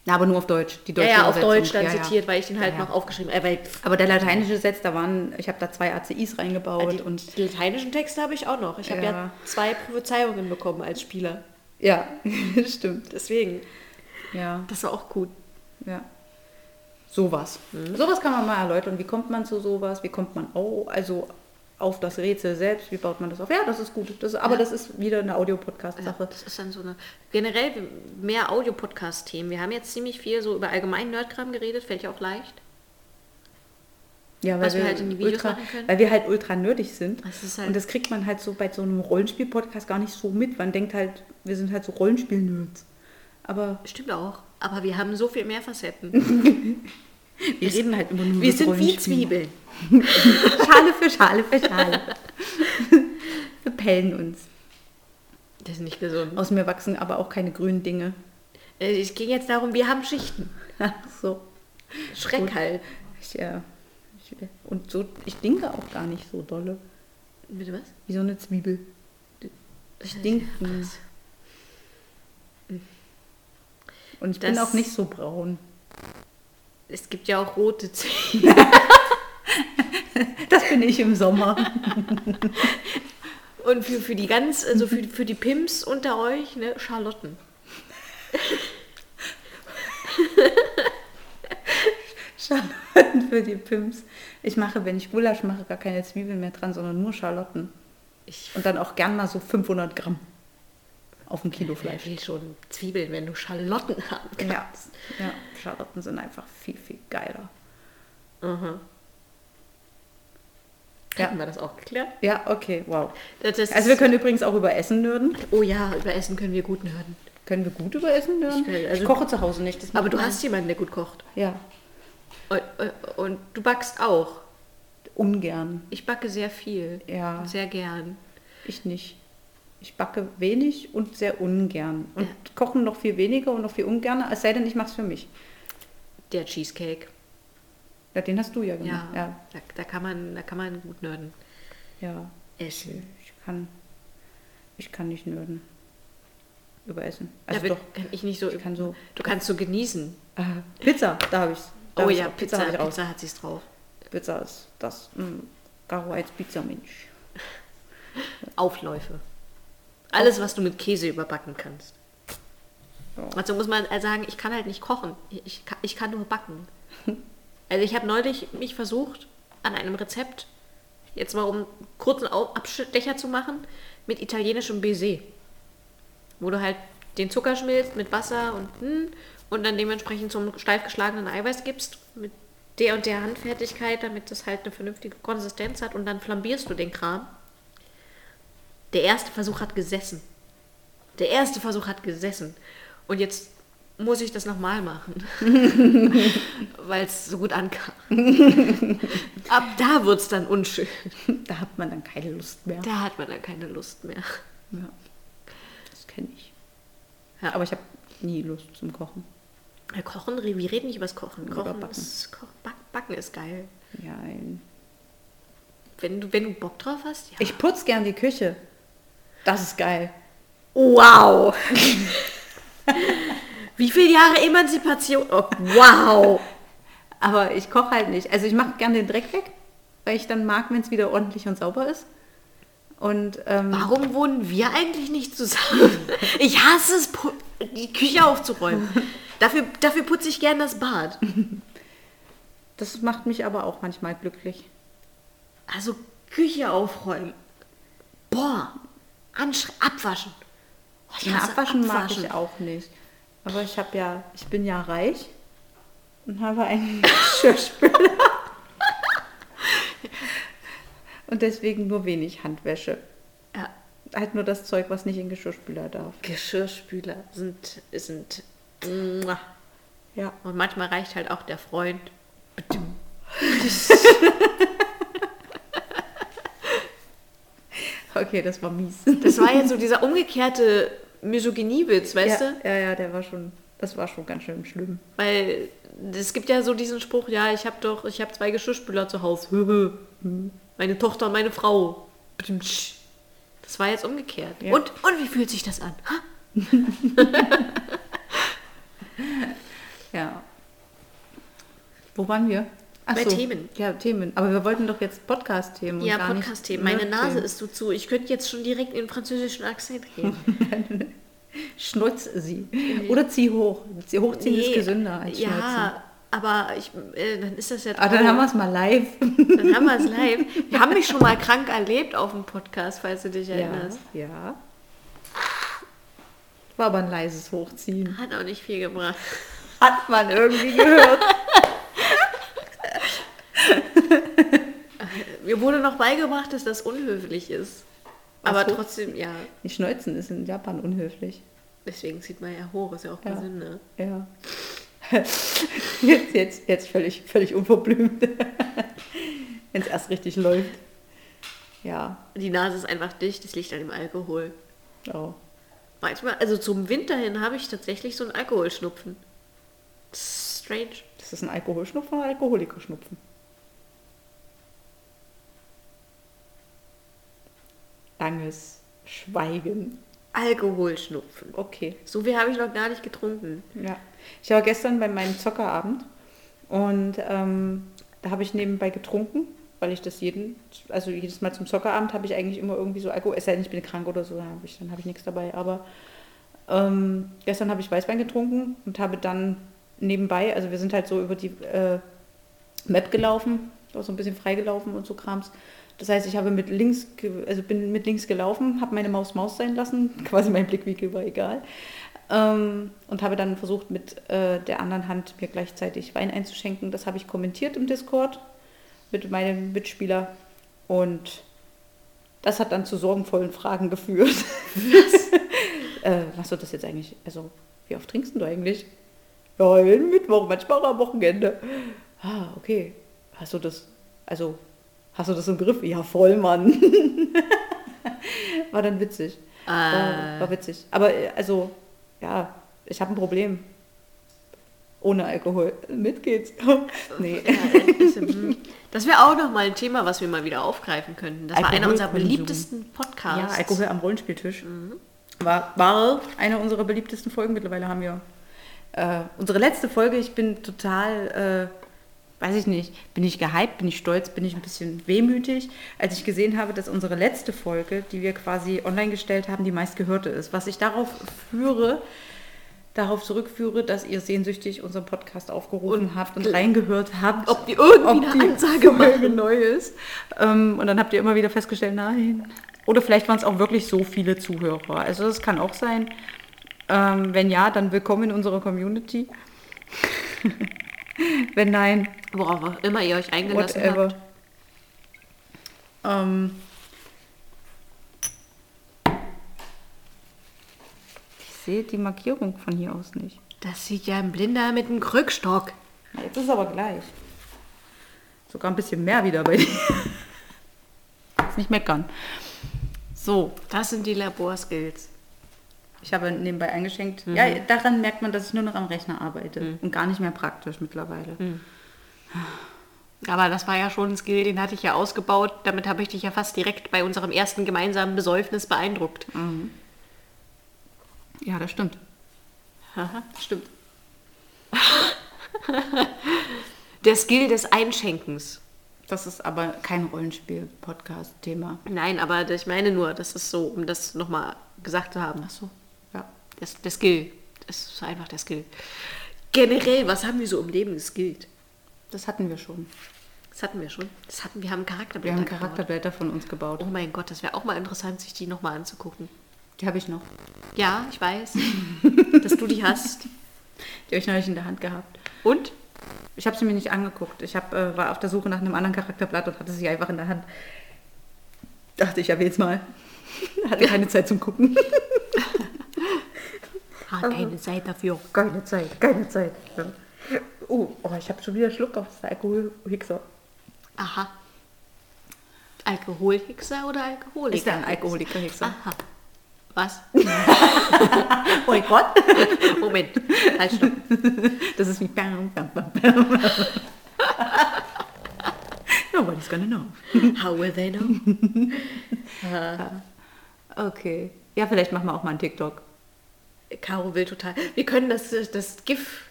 Na, aber nur auf Deutsch. Die
Ja,
deutsche
ja, auf
Übersetzung.
Deutsch dann
Ja, ja.
zitiert, weil ich den halt
Ja, ja.
noch aufgeschrieben habe. Äh, weil, pff,
Aber der lateinische Satz, da waren, ich habe da zwei ACIs reingebaut
Ah, die,
und
die lateinischen Texte habe ich auch noch. Ich habe ja.
Ja.
zwei Prophezeiungen bekommen als Spieler.
ja, stimmt.
Deswegen.
Ja,
Das war auch gut.
ja. Sowas.
Mhm.
Sowas kann man mal erläutern. Wie kommt man zu sowas? Wie kommt man oh, also auf das Rätsel selbst? Wie baut man das auf? Ja, das ist gut. Das, aber das ist wieder eine Audio-Podcast-Sache.
Das ist dann so eine. Generell mehr Audio-Podcast-Themen. Wir haben jetzt ziemlich viel so über allgemeinen Nerdkram geredet, fällt ja auch leicht.
Ja, weil
Was wir
wir,
halt in die Videos
ultra,
machen können.
weil wir halt ultra nerdig sind.
Das ist halt-
und das kriegt man halt so bei so einem Rollenspiel-Podcast gar nicht so mit. Man denkt halt, wir sind halt so Rollenspiel-Nerds. Aber
Stimmt auch. Aber wir haben so viel mehr Facetten.
wir reden halt immer nur
Wir
über
sind wie
Rollenspiel.
Zwiebeln.
Schale für Schale für Schale. wir pellen uns.
Das ist nicht gesund.
Aus mir wachsen aber auch keine grünen Dinge.
Äh, Es ging jetzt darum, wir haben Schichten.
Ach so.
Schreck
Gut.
halt.
Ich, äh, ich, und so, ich dinke auch gar nicht so dolle.
Bitte was?
Wie so eine Zwiebel.
Äh,
Ich dinken. Und ich bin
Das-
auch nicht so braun.
Es gibt ja auch rote Zwiebeln.
Das bin ich im Sommer.
Und für, für die ganz, also für, für die Pimps unter euch, ne, Charlotten.
Schalotten für die Pimps. Ich mache, wenn ich Gulasch mache, gar keine Zwiebeln mehr dran, sondern nur Schalotten.
Ich
Und dann auch gern mal so 500 Gramm auf ein Kilo Fleisch.
will schon Zwiebeln, wenn du Schalotten haben
Ja,
kannst.
ja, Schalotten sind einfach viel, viel geiler.
Mhm.
Ja.
Hatten wir das auch geklärt?
Ja, okay, wow.
Das ist-
Also wir können übrigens auch über Essen nörden.
oh ja, über Essen können wir gut nörden.
Können wir gut über Essen nörden?
Ich will-
Ich,
also-
koche zu Hause nicht. das macht
Aber du
man-
hast jemanden, der gut kocht.
Ja,
Und, und du backst auch.
ungern.
Ich backe sehr viel.
Ja.
Und Sehr gern.
Ich nicht. Ich backe wenig und sehr ungern. Und
Ja.
kochen noch viel weniger und noch viel ungerner, es sei denn, ich mache es für mich.
Der Cheesecake.
Ja, den hast du ja
Mhm. Ja.
gemacht. Ja.
Da, da, kann man, da kann man gut nörden.
ja.
Essen.
Ich kann, ich kann nicht nörden. Über Essen.
Also
Also
da
doch.
bin- kann ich nicht so,
Ich kann so.
Du kannst so genießen.
Aha. Pizza, da habe ich's. Da
oh
hab ich's
ja,
auch.
Pizza,
hab ich
Pizza,
raus.
hat sie's drauf.
Pizza ist das. mm, Garo als Pizza-Mensch.
Aufläufe. Alles, was du mit Käse überbacken kannst.
Ja.
Also muss man halt sagen, ich kann halt nicht kochen. Ich kann, ich kann nur backen. Also ich habe neulich mich versucht an einem Rezept, jetzt mal um einen kurzen Au- Abstecher zu machen, mit italienischem Baiser. Wo du halt den Zucker schmilzt mit Wasser und hm, und dann dementsprechend zum steif geschlagenen Eiweiß gibst mit der und der Handfertigkeit, damit das halt eine vernünftige Konsistenz hat und dann flambierst du den Kram. Der erste Versuch hat gesessen. Der erste Versuch hat gesessen. Und jetzt muss ich das nochmal machen, weil es so gut ankam. Ab da wird es dann unschön.
Da hat man dann keine Lust mehr.
Da hat man dann keine Lust mehr.
Ja. Das kenne ich.
Ja.
Aber ich habe nie Lust zum Kochen.
Ja, Kochen, wir reden nicht über das Kochen.
Über
Kochen
Backen.
ist, Ko- Back- Backen ist geil.
Ja, ein-
Wenn du, wenn du Bock drauf hast, ja.
ich putz gern die Küche. Das ist geil.
wow! Wie viele Jahre Emanzipation? Oh, wow!
Aber ich koche halt nicht. Also ich mache gern den Dreck weg, weil ich dann mag, wenn es wieder ordentlich und sauber ist. Und ähm,
Warum wohnen wir eigentlich nicht zusammen? Ich hasse es, pu- die Küche aufzuräumen. Dafür, dafür putze ich gern das Bad.
das macht mich aber auch manchmal glücklich.
Also Küche aufräumen. Boah, Ansch abwaschen. Oh, ich
Ja,
hasse
abwaschen, mag ich auch nicht. Aber ich habe ja, ich bin ja reich und habe einen Geschirrspüler. und deswegen nur wenig Handwäsche.
Ja,
Halt nur das Zeug, was nicht in den Geschirrspüler darf.
Geschirrspüler sind, sind. Mua.
Ja.
Und manchmal reicht halt auch der Freund. Bedum.
Okay, das war mies.
Das war jetzt so dieser umgekehrte Misogyniewitz, weißt
ja,
du?
ja, ja, der war schon, das war schon ganz schön schlimm.
Weil es gibt ja so diesen Spruch, ja, ich habe doch, ich habe zwei Geschirrspüler zu Hause. meine Tochter und meine Frau. Bedumtsch. Das war jetzt umgekehrt.
Ja.
Und, und wie fühlt sich das an? Ha?
Ja. Wo waren wir? Ach
Bei Themen.
Ja, Themen. Aber wir wollten doch jetzt Podcast-Themen. und
Ja,
gar nicht
Podcast-Themen. Meine Nase
Nerd-Themen.
ist so zu. Ich könnte jetzt schon direkt in den französischen Akzent reden.
Schnutz sie. Oder zieh hoch. Zieh hochziehen ist
Nee,
gesünder als schnurzen.
Ja, aber ich, äh, dann ist das ja
Ah, dann haben wir es mal live.
Dann haben wir es live. Wir haben mich schon mal krank erlebt auf dem Podcast, falls du dich erinnerst.
ja. War aber ein leises Hochziehen.
Hat auch nicht viel gebracht.
Hat man irgendwie gehört.
Mir wurde noch beigebracht, dass das unhöflich ist. Aber
Was, hoch-
trotzdem, ja.
Nicht schneuzen ist in Japan unhöflich.
Deswegen sieht man ja hoch, ist ja auch
Ja.
gesünder.
Ja. Jetzt, jetzt, jetzt völlig, völlig unverblümt. Wenn es erst richtig läuft. Ja.
Die Nase ist einfach dicht, das liegt an dem Alkohol.
Oh.
Manchmal, also zum Winter hin habe ich tatsächlich so einen Alkoholschnupfen. Das ist strange.
Das ist ein Alkoholschnupfen oder Alkoholikerschnupfen? Langes Schweigen.
Alkoholschnupfen.
Okay.
So viel habe ich noch gar nicht getrunken.
Ja. Ich war gestern bei meinem Zockerabend und ähm, da habe ich nebenbei getrunken, weil ich das jeden, also jedes Mal zum Zockerabend habe ich eigentlich immer irgendwie so Alkohol, es sei denn, ich bin krank oder so, dann habe ich, dann habe ich nichts dabei. Aber ähm, gestern habe ich Weißwein getrunken und habe dann nebenbei, also wir sind halt so über die äh, Map gelaufen, auch so ein bisschen freigelaufen und so Krams. Das heißt, ich habe mit links, ge- also bin mit links gelaufen, habe meine Maus Maus sein lassen, quasi mein Blickwinkel war egal. Ähm, und habe dann versucht, mit äh, der anderen Hand mir gleichzeitig Wein einzuschenken. Das habe ich kommentiert im Discord mit meinem Mitspieler. Und das hat dann zu sorgenvollen Fragen geführt. äh, was wird das jetzt eigentlich? Also, wie oft trinkst du eigentlich? Ja, jeden Mittwoch, manchmal auch am Wochenende. Ah, okay. Hast du das, also, hast du das im Griff? Ja, voll, Mann. War dann witzig. War,
Äh.
war witzig. Aber, äh, also, ja, ich habe ein Problem. Ohne Alkohol. Mit geht's. nee. hm.
Das wäre auch nochmal ein Thema, was wir mal wieder aufgreifen könnten. Das war einer unserer
Alkoholkonsum.
beliebtesten
Ja,
Podcasts.
Alkohol am Rollenspieltisch. War, war eine unserer beliebtesten Folgen. Mittlerweile haben wir äh, unsere letzte Folge. Ich bin total, äh, weiß ich nicht, bin ich gehypt, bin ich stolz, bin ich ein bisschen wehmütig, als ich gesehen habe, dass unsere letzte Folge, die wir quasi online gestellt haben, die meistgehörte ist. Was ich darauf führe, darauf zurückführe, dass ihr sehnsüchtig unseren Podcast aufgerufen
Und
habt und
gl-
reingehört habt.
Ob wir irgendwie eine
ob die
Ansage
Folge
machen.
neu ist. Ähm, und dann habt ihr immer wieder festgestellt, nein. Oder vielleicht waren es auch wirklich so viele Zuhörer. Also das kann auch sein. Ähm, wenn ja, dann willkommen in unserer Community. wenn nein,
Worauf auch immer ihr euch eingelassen
whatever.
habt.
Ähm, ich sehe die Markierung von hier aus nicht.
Das sieht ja ein Blinder mit einem Krückstock.
Na, Jetzt ist es aber gleich. Sogar ein bisschen mehr wieder bei dir. Jetzt nicht meckern.
Oh,
So,
Das sind die Laborskills.
ich habe nebenbei eingeschenkt. Ja, daran merkt man, dass ich nur noch am Rechner arbeite und gar nicht mehr praktisch mittlerweile.
Aber das war ja schon ein Skill, den hatte ich ja ausgebaut. Damit habe ich dich ja fast direkt bei unserem ersten gemeinsamen Besäufnis beeindruckt.
Mhm. Ja, das stimmt.
Haha.
Stimmt.
Der Skill des Einschenkens.
Das ist aber kein Rollenspiel-Podcast-Thema.
Nein, aber ich meine nur, das ist so, um das nochmal gesagt zu haben.
Ach so, ja.
Der, der Skill. Das ist einfach der Skill. Generell, was haben wir so im Leben geskillt?
Das hatten wir schon.
Das hatten wir schon. Das hatten, wir haben
Wir
Charakterblätter
haben
gebaut.
Charakterblätter von uns gebaut.
Oh mein Gott, das wäre auch mal interessant, sich die nochmal anzugucken.
Die habe ich noch.
Ja, ich weiß, dass du die hast.
Die habe ich neulich in der Hand gehabt.
Und?
Ich habe sie mir nicht angeguckt. Ich hab, äh, war auf der Suche nach einem anderen Charakterblatt und hatte sie einfach in der Hand. Dachte ich, erwähn's mal. Hatte keine Zeit zum Gucken.
Ah, keine Zeit dafür.
keine Zeit, keine Zeit. Ja. Oh, oh, ich habe schon wieder Schluck auf das Alkoholhixer.
Aha. Alkoholhexer oder Alkoholiker?
Ist der ein Alkoholikerhixer?
Aha. Was?
Oh mein Gott.
Moment. Halt, stopp.
Das ist wie bam, bam, bam, bam. Nobody's gonna know.
How will they know?
Okay. Ja, vielleicht machen wir auch mal einen TikTok.
Caro will total. Wir können das, das GIF.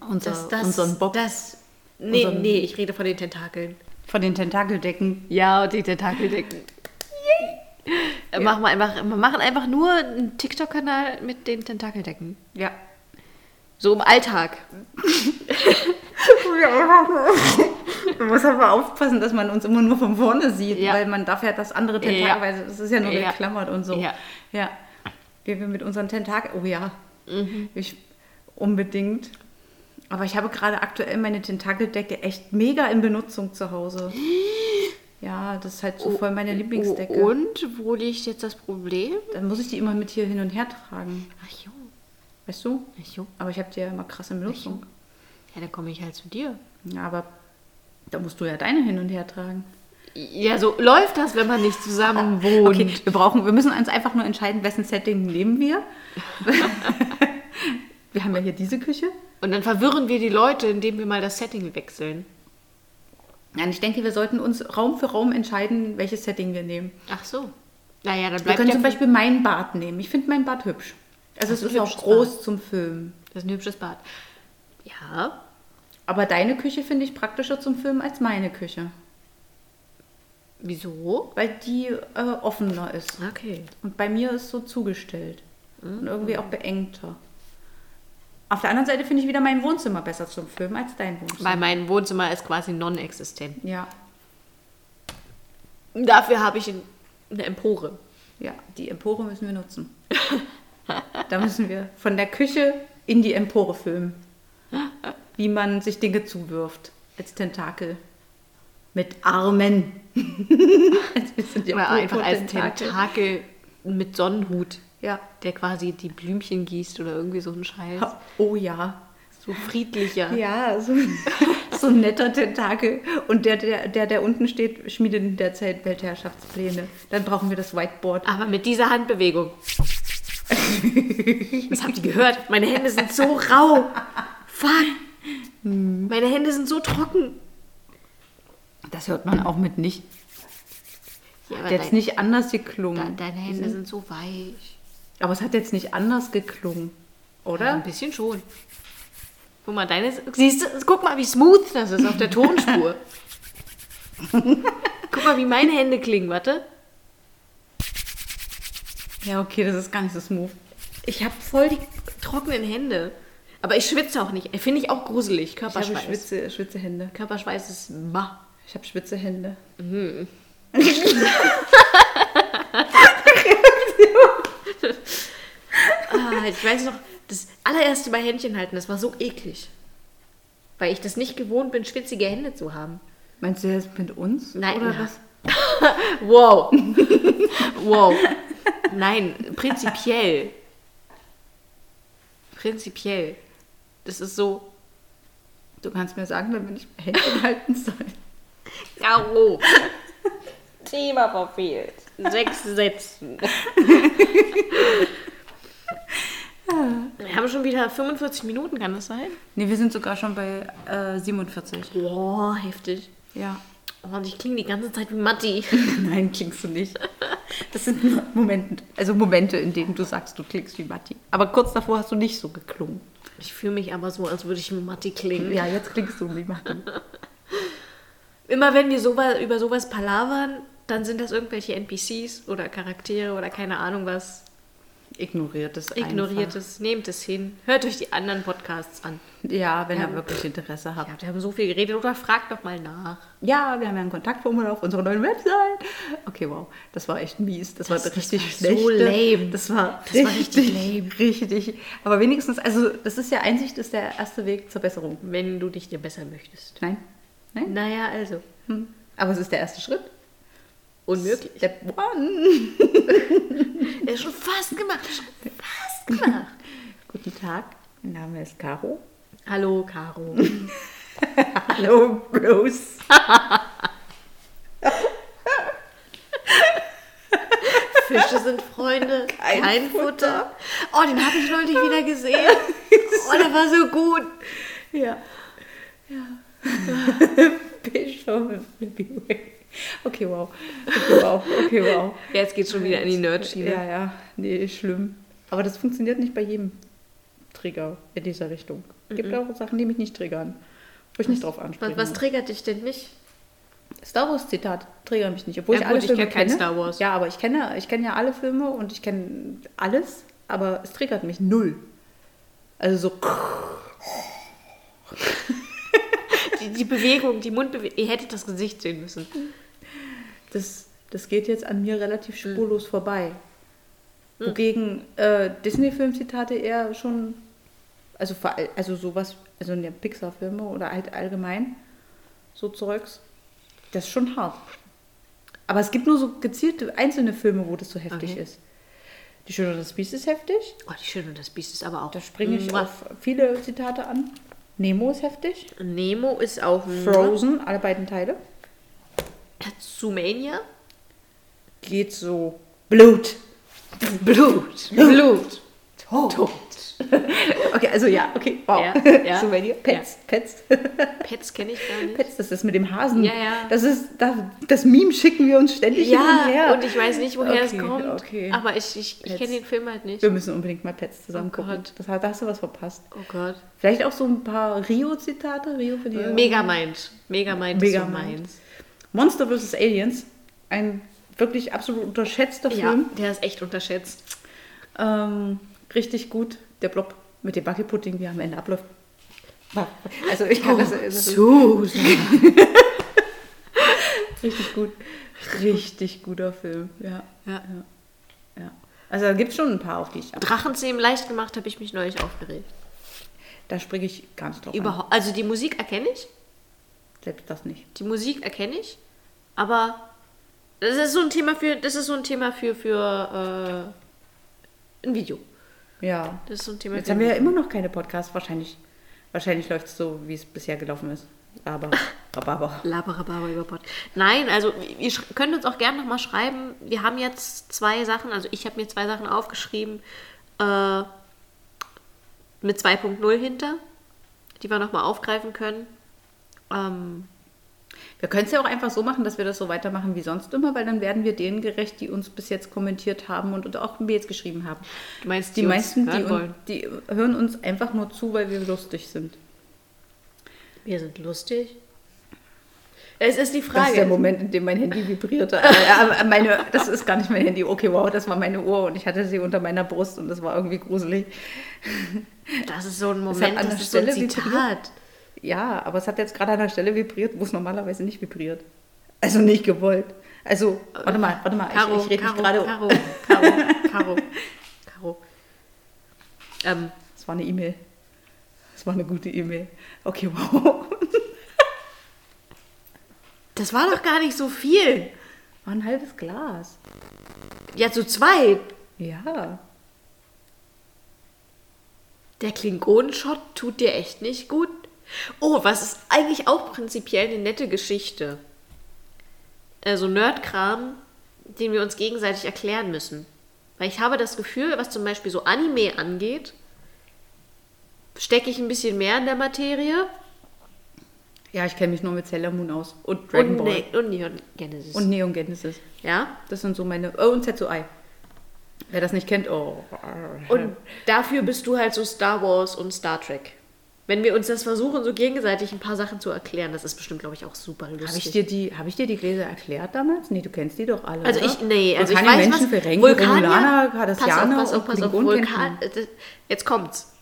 Unser- unseren Bob.
Das, nee,
Unseren-
nee, ich rede von den Tentakeln.
Von den Tentakeldecken.
Ja, die Tentakeldecken. Yay! Machen wir, einfach, wir machen einfach nur einen TikTok-Kanal mit den Tentakeldecken.
Ja.
So im Alltag.
Man muss aber aufpassen, dass man uns immer nur von vorne sieht,
Ja.
weil man darf ja das andere Tentakel,
Ja.
weil es ist ja nur
Ja.
geklammert und so.
Ja.
ja. Wie wir mit unseren Tentakeln, oh ja,
Mhm.
ich unbedingt. Aber ich habe gerade aktuell meine Tentakeldecke echt mega in Benutzung zu Hause. Ja, das ist halt so voll meine Lieblingsdecke.
Oh, und wo liegt jetzt das Problem?
Dann muss ich die immer mit hier hin und her tragen,
Ach jo,
weißt du?
ach jo.
Aber ich habe die ja immer krass in Benutzung.
Ja, dann komme ich halt zu dir.
Ja, aber da musst du ja deine hin und her tragen.
Ja, so läuft das, wenn man nicht zusammen wohnt.
Okay, wir brauchen, wir müssen uns einfach nur entscheiden, wessen Setting nehmen wir. wir haben ja hier diese Küche.
Und dann verwirren wir die Leute, indem wir mal das Setting wechseln.
Nein, ich denke, wir sollten uns Raum für Raum entscheiden, welches Setting wir nehmen.
Ach so. Naja, dann
Wir
bleibt
können
ja
zum Beispiel mein Bad nehmen. Ich finde mein Bad hübsch. Also es
Das ist
ist
ein
auch
hübsches
groß zum Filmen.
Das ist ein hübsches Bad. Ja,
Aber deine Küche finde ich praktischer zum Filmen als meine Küche,
wieso?
weil die äh, offener ist.
Okay.
Mhm. Und bei mir ist so zugestellt und irgendwie auch beengter. Auf der anderen Seite finde ich wieder mein Wohnzimmer besser zum Filmen als dein Wohnzimmer.
Weil mein Wohnzimmer ist quasi non-existent.
Ja,
Dafür habe ich eine Empore.
ja, die Empore müssen wir nutzen. da müssen wir von der Küche in die Empore filmen. Wie man sich Dinge zuwirft als Tentakel. Mit Armen. Das sind ja
Oder einfach als
Tentakel.
Tentakel mit Sonnenhut,
Ja.
der quasi die Blümchen gießt oder irgendwie so ein Scheiß.
Oh ja.
So friedlicher.
Ja, so, so ein netter Tentakel. Und der, der, der, der unten steht, schmiedet in der Zeit Weltherrschaftspläne. Dann brauchen wir das Whiteboard.
Aber mit dieser Handbewegung. Das habt ihr gehört. Meine Hände sind so rau. Fuck. Meine Hände sind so trocken.
Das hört man auch mit nicht.
Ja,
Hat
aber
jetzt
dein,
nicht anders
de-
geklungen.
deine Hände sind so weich.
Aber es hat jetzt nicht anders geklungen,
Ja, ein
oder?
bisschen schon. Guck mal, deine. Siehst du, guck mal, wie smooth das ist auf der Tonspur. guck mal, wie meine Hände klingen, warte.
Ja, okay, das ist gar nicht so smooth.
Ich habe voll die trockenen Hände. Aber ich schwitze auch nicht. Finde ich auch gruselig.
Ich habe
Körperschweiß.
schwitze, schwitze Hände.
Körperschweiß ist ma.
Ich habe schwitze Hände.
Ah, ich weiß noch, das allererste Mal Händchen halten, das war so eklig. Weil ich das nicht gewohnt bin, schwitzige Hände zu haben.
Meinst du jetzt mit uns?
Nein,
Oder
ja.
was?
Wow. wow. Nein, prinzipiell. Prinzipiell. Das ist so.
Du kannst mir sagen, wenn wir nicht mehr Hände halten sollen.
Karo. Thema verfehlt. Sechs Sätzen. Wir haben schon wieder 45 Minuten, kann das sein?
Nee, wir sind sogar schon bei äh, 47.
Boah, heftig.
Ja.
Oh, und ich klinge die ganze Zeit wie Matti.
Nein, klingst du nicht. Das sind nur Momente, also Momente, in denen du sagst, du klingst wie Matti. Aber kurz davor hast du nicht so geklungen.
Ich fühle mich aber so, als würde ich wie Matti klingen.
Ja, jetzt klingst du wie Matti.
Immer wenn wir sowas, über sowas palavern, dann sind das irgendwelche NPCs oder Charaktere oder keine Ahnung was.
Ignoriert es
Ignoriert es, nehmt es hin. Hört euch die anderen Podcasts an.
einfach. Ja, wenn
Ja.
ihr wirklich Interesse habt.
Ja, wir haben so viel geredet oder fragt doch mal nach.
Ja, wir haben ja ein Kontaktformular auf unserer neuen Website. Okay, wow, das war echt mies. Das,
Das-
war
das
richtig
war
schlecht.
so lame.
Das war
Das war richtig
richtig, richtig. Aber wenigstens, also das ist ja Einsicht, ist der erste Weg zur Besserung.
Wenn du dich dir besser möchtest.
Nein, nein.
Naja, also.
Hm. Aber es ist der erste Schritt.
Unmöglich.
Step one.
Er ist schon fast gemacht. Schon fast gemacht.
Guten Tag, mein Name ist Caro.
Hallo, Caro. Ah,
Hallo, Bros.
Fische sind Freunde, kein,
Kein
Futter. Oh, den habe ich neulich wieder gesehen. Oh, der war so gut.
Ja. Ja. Bischof Flippyway. Okay, wow. Okay, wow. Okay, wow.
Ja, jetzt geht's schon wieder in die Nerdschiene.
Ja, ja. Nee, ist schlimm. Aber das funktioniert nicht bei jedem Trigger in dieser Richtung. Es gibt auch Sachen, die mich nicht triggern. Wo ich nicht drauf
Mhm. Was,
anspreche.
was triggert dich denn nicht?
Star Wars Zitat triggert mich nicht, obwohl
Ja,
ich
gut,
alle
ich
Filme
kenn kein
kenne.
Star Wars.
Ja, aber ich kenne, ich kenne ja alle Filme und ich kenne alles, aber es triggert mich null. Also so
Die, die Bewegung, die Mundbewegung. Ihr hättet das Gesicht sehen müssen.
das, das geht jetzt an mir relativ spurlos vorbei. Wogegen äh, Disney-Film-Zitate eher schon, also, vor all- also sowas, also in der Pixar-Filme oder halt allgemein so Zeugs, das ist schon hart. Aber es gibt nur so gezielte einzelne Filme, wo das so heftig
Okay.
ist. Die Schöne und das Biest ist heftig.
Oh, die Schöne und das Biest ist aber auch.
Da springe ich
Mua.
auf viele Zitate an. Nemo ist heftig.
Nemo ist auch.
Frozen, alle beiden Teile.
Zumania.
Geht so. Blut.
Blut. Blut.
Tod. Okay, also ja, okay, wow.
Ja, ja.
so bei dir. Pets, Pets.
Pets kenne ich gar nicht.
Pets, das ist mit dem Hasen.
Ja, ja.
Das ist, das, das Meme schicken wir uns ständig hin und
Ja,
her.
und ich weiß nicht, woher es
Okay,
kommt.
okay.
Aber ich, ich, ich
Pets.
kenne den Film halt nicht.
wir müssen unbedingt mal Pets zusammen
Oh
gucken.
Gott.
Das, da hast du was verpasst.
Oh Gott.
Vielleicht auch so ein paar Rio-Zitate. Rio für die
Megamind. Megamind ist so
Megamind.
meins.
Monster vs. Aliens. Ein wirklich absolut unterschätzter
Ja,
Film.
der ist echt unterschätzt.
Ähm, richtig gut. Der Blob. mit dem Wackelpudding, wie er am Ende abläuft. Also ich
Oh,
kann das, das ist
Susan.
richtig gut. Richtig guter Film, ja.
Ja.
ja. Also da gibt es schon ein paar, auf die ich ab.
Drachenzähmen leicht gemacht habe ich mich neulich aufgeregt.
Da springe ich gar nicht drauf an.
Überhaupt. Also die Musik erkenne ich.
Selbst das nicht.
Die Musik erkenne ich. Aber das ist so ein Thema für, das ist so ein Thema für, für äh, ein Video.
Ja.
Das ist so ein Thema
Jetzt
für
haben wir ja immer noch keine Podcasts. Wahrscheinlich, wahrscheinlich läuft es so, wie es bisher gelaufen ist. Aber, aber, aber.
Laberababa über Podcast. Nein, also ihr sch- könnt uns auch gerne nochmal schreiben. Wir haben jetzt zwei Sachen, also ich habe mir zwei Sachen aufgeschrieben äh, mit 2.0 hinter, die wir nochmal aufgreifen können. Ähm,
Wir können es ja auch einfach so machen, dass wir das so weitermachen wie sonst immer, weil dann werden wir denen gerecht, die uns bis jetzt kommentiert haben und, und auch Mails geschrieben haben.
du meinst,
Die, meisten,
uns hören
die, un,
wollen.
die hören uns einfach nur zu, weil wir lustig sind.
Wir sind lustig. Es ist die
Das ist der
Frage.
Moment, in dem mein Handy vibrierte. Aber äh, meine, das ist gar nicht mein Handy. Okay, wow, das war meine Uhr und ich hatte sie unter meiner Brust und das war irgendwie gruselig.
Das ist so ein
hat
Moment, das
an der
ist so ein
Stelle vibriert.
Zitat.
Ja, aber es hat jetzt gerade an der Stelle vibriert, wo es normalerweise nicht vibriert. Also nicht gewollt. Also, warte mal, warte mal,
Karo,
ich, ich rede mich
Karo,
gerade. um.
Karo, Karo, Karo, Karo. Ähm,
Es war eine E-Mail. Es war eine gute E-Mail. Okay, wow.
das war doch gar nicht so viel.
War ein halbes Glas.
Ja, zu zweit.
Ja.
Der Klingonenshot tut dir echt nicht gut. Oh, was ist eigentlich auch prinzipiell eine nette Geschichte? Also Nerdkram, den wir uns gegenseitig erklären müssen. Weil ich habe das Gefühl, was zum Beispiel so Anime angeht, stecke ich ein bisschen mehr in der Materie.
Ja, ich kenne mich nur mit Sailor Moon aus. Und Dragon
und,
Ball.
Ne- und Neon Genesis.
Und Neon Genesis.
ja?
Das sind so meine. Oh, und Zetsuai. Wer das nicht kennt, oh.
Und dafür bist du halt so Star Wars und Star Trek. Wenn wir uns das versuchen, so gegenseitig ein paar Sachen zu erklären, das ist bestimmt, glaube ich, auch super lustig.
Habe ich, dir die, hab ich dir die Gläser erklärt damals? Nee, du kennst die doch alle.
Also
oder?
ich, nee, also ich
Vulkanier,
weiß
Menschen,
was.
Ferengi, Romulaner,
Vulkanier,
Cardassianer
pass auf,
und
pass auf, pass auf,
Klingonen kennt
Vulkan,
man.
äh, das- jetzt kommt's.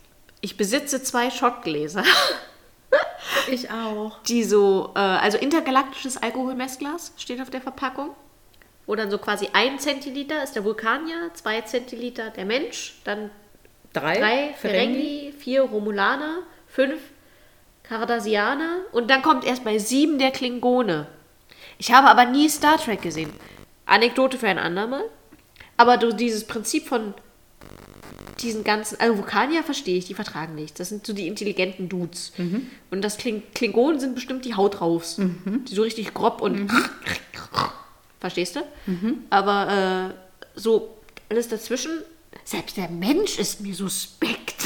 Ich besitze zwei Schottgläser,
Ich auch.
die so, äh, also intergalaktisches Alkoholmessglas steht auf der Verpackung. Wo dann so quasi ein Zentiliter ist der Vulkanier, zwei Zentiliter der Mensch, dann
Drei,
drei Ferengi, vier Romulaner, fünf Cardassianer und dann kommt erst bei sieben der Klingone. Ich habe aber nie Star Trek gesehen. Anekdote für ein andermal. Aber du, dieses Prinzip von diesen ganzen, also Vulkanier verstehe ich, die vertragen nichts. Das sind so die intelligenten Dudes.
Mhm.
Und das Kling Klingonen sind bestimmt die Haut raus. Die so richtig grob und
Mhm.
verstehst du? Aber äh, so alles dazwischen, selbst der Mensch ist mir suspekt.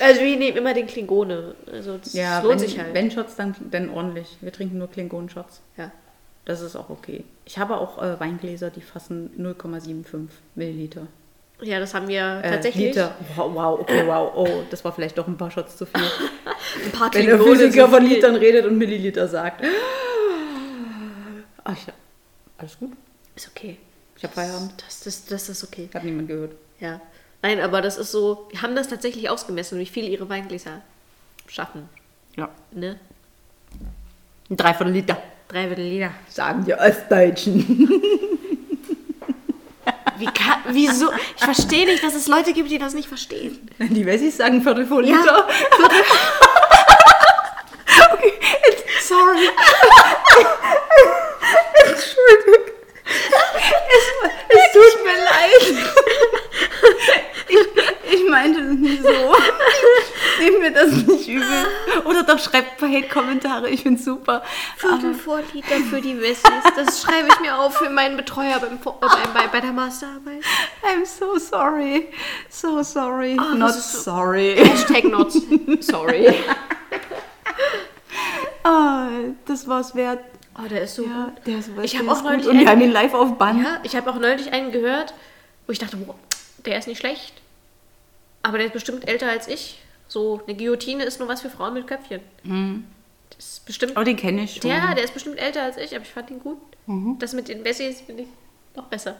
also wir nehmen immer den Klingone. Also das
Ja,
lohnt
wenn,
sich halt.
wenn Shots, dann, dann ordentlich. Wir trinken nur Klingonen-Shots.
ja.
Das ist auch okay. Ich habe auch äh, Weingläser, die fassen 0,75 Milliliter.
ja, das haben wir
Äh,
tatsächlich.
Liter. Wow, wow, okay, wow. Oh, das war vielleicht doch ein paar Shots zu viel.
Ein paar
Wenn der
Klingone
Physiker
sind
von
viel.
Litern redet und Milliliter sagt. Ach ja. Alles gut.
Ist okay.
Ich habe Feierabend.
Das, das, das ist okay.
Hat niemand gehört.
Ja. Nein, aber das ist so, wir haben das tatsächlich ausgemessen, wie viel ihre Weingläser schaffen.
Ja.
Ne?
Ein Dreiviertel Liter.
Dreiviertel Liter.
Sagen die Ostdeutschen.
Wie kann, wieso? Ich verstehe nicht, dass es Leute gibt, die das nicht verstehen.
Die Wessis sagen Viertel vor
Ja.
Liter.
Sorry.
Es tut mir leid. Ich, ich meinte das nicht so. Nehmt mir das nicht übel. Oder doch schreibt ein paar Hate-Kommentare. Ich find's super.
Viertel vor Liter für die Wessis. Das schreibe ich mir auf für meinen Betreuer beim, Vor- äh, beim, bei, bei der Masterarbeit.
I'm so sorry. So sorry.
Ah,
Not
das ist so-
sorry.
Hashtag not sorry.
Ah, das war's wert.
Oh, der ist so
Ja,
gut.
der ist,
Ich
der
habe
ist
auch neulich
Und wir
einen-
haben ihn live auf Band.
Ja, ich habe auch neulich einen gehört, wo ich dachte, wow, der ist nicht schlecht. Aber der ist bestimmt älter als ich. So, eine Guillotine ist nur was für Frauen mit Köpfchen. Das ist bestimmt.
Oh, den kenne ich schon.
Ja, der ist bestimmt älter als ich, aber ich fand ihn
Mhm.
gut. Das mit den Bessies finde ich noch besser.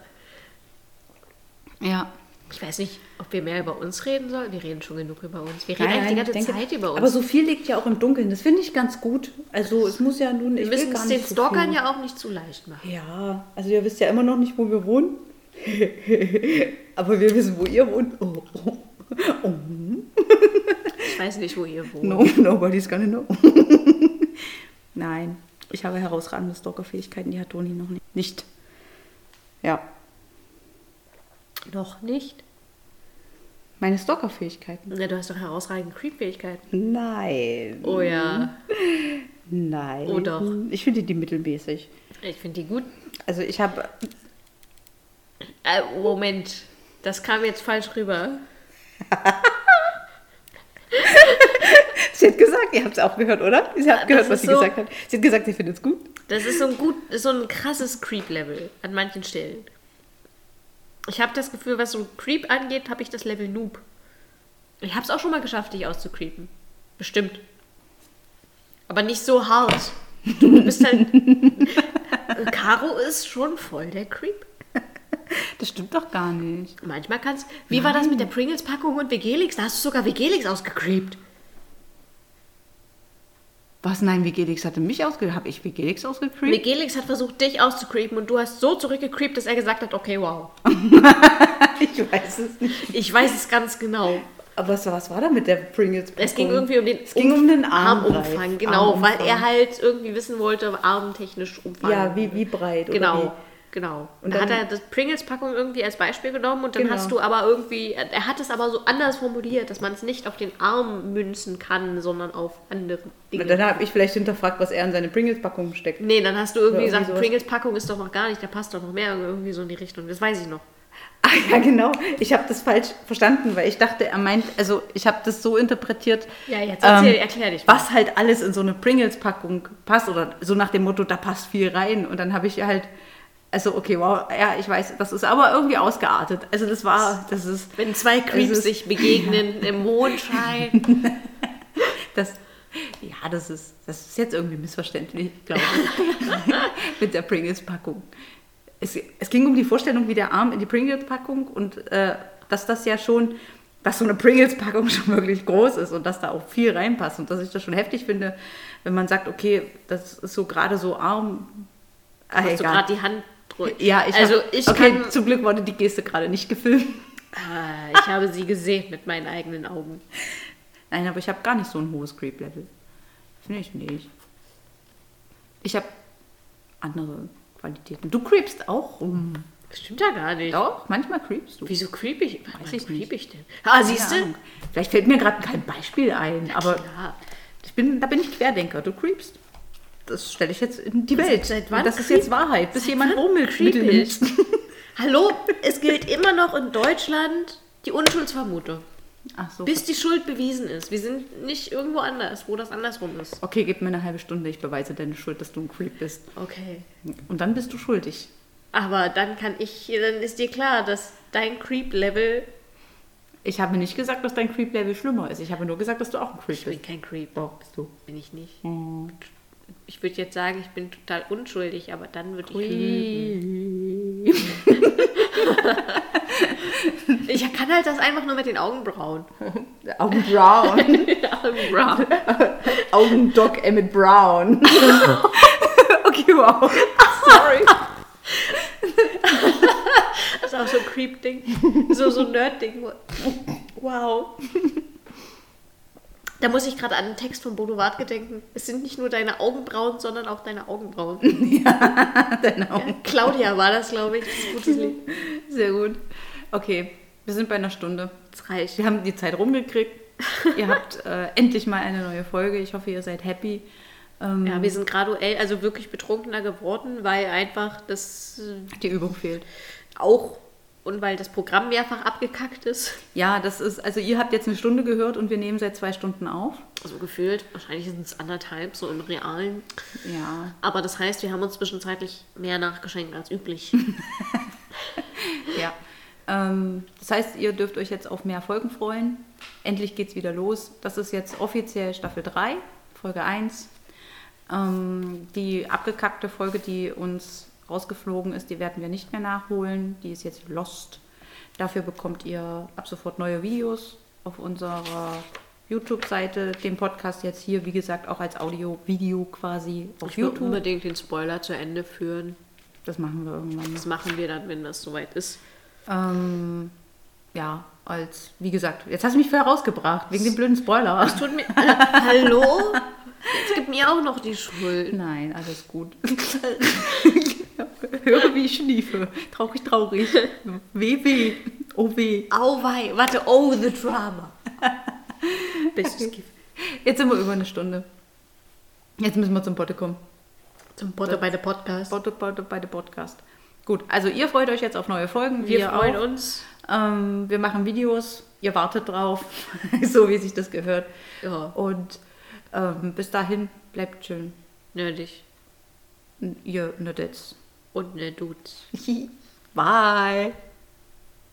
Ja.
Ich weiß nicht, ob wir mehr über uns reden sollen. Wir reden schon genug über uns. Wir reden eigentlich die ganze
ich denke-
Zeit über uns.
Aber so viel liegt ja auch im Dunkeln. Das finde ich ganz gut. Also es muss ja nun, ich
wir
will
müssen
gar
es den
nicht so
Stalkern
viel.
ja auch nicht zu leicht machen.
Ja, also ihr wisst ja immer noch nicht, wo wir wohnen. Aber wir wissen, wo ihr wohnt. Oh, oh.
Ich weiß nicht, wo ihr wohnt.
No, nobody's gonna know. Nein, ich habe herausragende Stalkerfähigkeiten, die hat Toni noch nicht. Nicht. Ja,
Noch nicht.
meine Stalkerfähigkeiten.
Ja, du hast doch herausragende Creep-Fähigkeiten.
Nein.
Oh ja.
Nein.
Oh doch.
Ich finde die mittelmäßig.
Ich finde die gut.
Also ich habe
Äh, Moment. Das kam jetzt falsch rüber.
Sie hat gesagt, ihr habt es auch gehört, oder? Sie habt gehört,
das
was
ist
sie
so.
gesagt hat. Sie hat gesagt, sie findet es gut.
Das ist so ein gut, ist so ein krasses Creep-Level an manchen Stellen. Ich habe das Gefühl, was so Creep angeht, habe ich das Level Noob. Ich habe es auch schon mal geschafft, dich auszucreepen. Bestimmt. Aber nicht so hart. Du bist halt. Caro ist schon voll der Creep.
Das stimmt doch gar nicht.
Manchmal kannst. Wie war das mit der Pringles-Packung und Vegelix? Da hast du sogar Vegelix ausgecreept.
Was? Nein, Vigelix hatte mich ausge... Habe ich Vigelix ausgecreept?
Vegelix hat versucht, dich auszucreepen und du hast so zurückgecreept, dass er gesagt hat: Okay, wow.
Ich weiß es nicht.
Ich weiß es ganz genau.
Aber was, was war da mit der pringles
Es ging irgendwie um den,
Es ging um den Armreif.
Armumfang, genau,
Armumfang.
weil er halt irgendwie wissen wollte, armtechnisch umfangen.
Ja, wie, wie breit.
genau,
Oder
genau.
Und
Und da hat
dann-
er das Pringles-Packung irgendwie als Beispiel genommen und dann
Genau.
hast du aber irgendwie, er hat es aber so anders formuliert, dass man es nicht auf den Arm münzen kann, sondern auf andere
wie.
Dinge.
Und dann habe ich vielleicht hinterfragt, was er in seine Pringles-Packung steckt.
nee, dann hast du irgendwie
Oder irgendwie
gesagt,
sowas.
Pringles-Packung ist doch noch gar nicht, da passt doch noch mehr irgendwie so in die Richtung. Das weiß ich noch.
Ah ja, genau. Ich habe das falsch verstanden, weil ich dachte, er meint... Also ich habe das so interpretiert... ähm,
Ja, jetzt erzähl, erklär dich mal.
Was halt alles in so eine Pringles-Packung passt oder so nach dem Motto, da passt viel rein. Und dann habe ich halt... Also okay, wow, ja, ich weiß, das ist aber irgendwie ausgeartet. Also das war, das ist,
Wenn zwei
Es
Creeps
ist-
sich begegnen im Mondschein.
Das, ja, das ist, das ist jetzt irgendwie missverständlich, glaube ich, mit der Pringles-Packung. Es, es ging um die Vorstellung, wie der Arm in die Pringles-Packung und äh, dass das ja schon, dass so eine Pringles-Packung schon wirklich groß ist und dass da auch viel reinpasst und dass ich das schon heftig finde, wenn man sagt, okay, das ist so gerade so arm. Ah,
Hast du gerade die Hand drückt.
ja, ich
also
hab,
ich
okay,
kann
zum Glück wurde die Geste gerade nicht gefilmt.
Ah, ich habe sie gesehen mit meinen eigenen Augen.
Nein, aber ich habe gar nicht so ein hohes Creep-Level. Finde ich nicht. Ich habe andere Qualitäten. Du creepst auch rum.
Das stimmt ja gar nicht.
Doch, manchmal creepst du.
Wieso creepy? ich? Weiß
ich
creep
nicht.
ich denn? Ah, siehst
Keine
du?
Ahnung. Vielleicht fällt mir gerade kein Beispiel ein, aber
Klar.
ich bin, da bin ich Querdenker. Du creepst. Das stelle ich jetzt in die Welt.
seit wann
das ist
creep-
jetzt Wahrheit, bis jemand
wann creep
rummittelt.
Hallo, es gilt immer noch in Deutschland die Unschuldsvermutung.
Ach so.
Bis die Schuld bewiesen ist. Wir sind nicht irgendwo anders, wo das andersrum ist.
Okay, gib mir eine halbe Stunde, ich beweise deine Schuld, dass du ein Creep bist.
Okay.
Und dann bist du schuldig.
Aber dann kann ich, dann ist dir klar, dass dein Creep-Level.
Ich habe nicht gesagt, dass dein Creep-Level schlimmer ist. Ich habe nur gesagt, dass du auch ein Creep
Ich bin
bist.
kein Creep.
Doch, bist du.
Bin ich nicht.
Mhm.
Ich würde jetzt sagen, ich bin total unschuldig, aber dann würde ich. lügen. Ich kann halt das einfach nur mit den Augenbrauen.
Augen Brown.
Augenbrauen.
Augendoc Emmett Brown. okay, wow. Sorry.
Das ist auch so ein Creep-Ding. So, so ein Nerd-Ding. wo- Wow. Da muss ich gerade an einen Text von Bodo Wartke denken. Es sind nicht nur deine Augenbrauen, sondern auch deine Augenbrauen.
Deine Augen.
Claudia war das, glaube ich. Das ist ein gutes Lied.
Sehr gut. Okay, wir sind bei einer Stunde.
Das reicht.
Wir haben die Zeit rumgekriegt. ihr habt äh, endlich mal eine neue Folge. Ich hoffe, ihr seid happy. Ähm,
Ja, wir sind graduell, also wirklich betrunkener geworden, weil einfach das äh,
die Übung fehlt.
auch und weil das Programm mehrfach abgekackt ist.
Ja, das ist, also ihr habt jetzt eine Stunde gehört und wir nehmen seit zwei Stunden auf.
So Also gefühlt. Wahrscheinlich sind es anderthalb, so im realen.
Ja,
Aber das heißt, wir haben uns zwischenzeitlich mehr nachgeschenkt als üblich.
Ja. Ähm, das heißt, ihr dürft euch jetzt auf mehr Folgen freuen. Endlich geht's wieder los. Das ist jetzt offiziell Staffel 3, Folge 1. Ähm, die abgekackte Folge, die uns rausgeflogen ist, die werden wir nicht mehr nachholen. Die ist jetzt Lost. Dafür bekommt ihr ab sofort neue Videos auf unserer YouTube-Seite, den Podcast jetzt hier, wie gesagt, auch als Audio-Video quasi auf
Ich will
YouTube.
unbedingt den Spoiler zu Ende führen.
Das machen wir irgendwann.
Das machen wir dann, wenn das soweit ist.
Ähm, ja, als, wie gesagt, jetzt hast du mich vorher rausgebracht, wegen dem blöden Spoiler.
Tut mir. äh, Hallo? Es gibt mir auch noch die Schuld.
Nein, alles gut. Höre, wie ich schniefe. Traurig, traurig. Weh, weh. Oh, weh.
Auwei, warte, oh, the drama. Bestes Gift.
Jetzt sind wir über eine Stunde. Jetzt müssen wir zum Potte kommen.
Zum Potter bei der Podcast.
Potte, Potte, bei der Podcast. Gut, also ihr freut euch jetzt auf neue Folgen.
Wir freuen
auch.
uns.
Ähm, wir machen Videos. Ihr wartet drauf, so wie sich das gehört.
Ja.
Und ähm, bis dahin, bleibt schön.
Nerdig.
Ihr Nerdets.
Und ne Dudes.
Bye.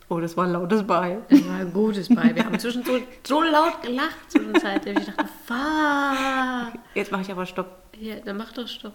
Oh, das war ein lautes Bye.
Das war ein gutes bei. Wir haben zwischendurch so laut gelacht zwischenzeitlich. Ich dachte, fahr.
Jetzt mache ich aber Stopp.
Ja, dann mach doch Stopp.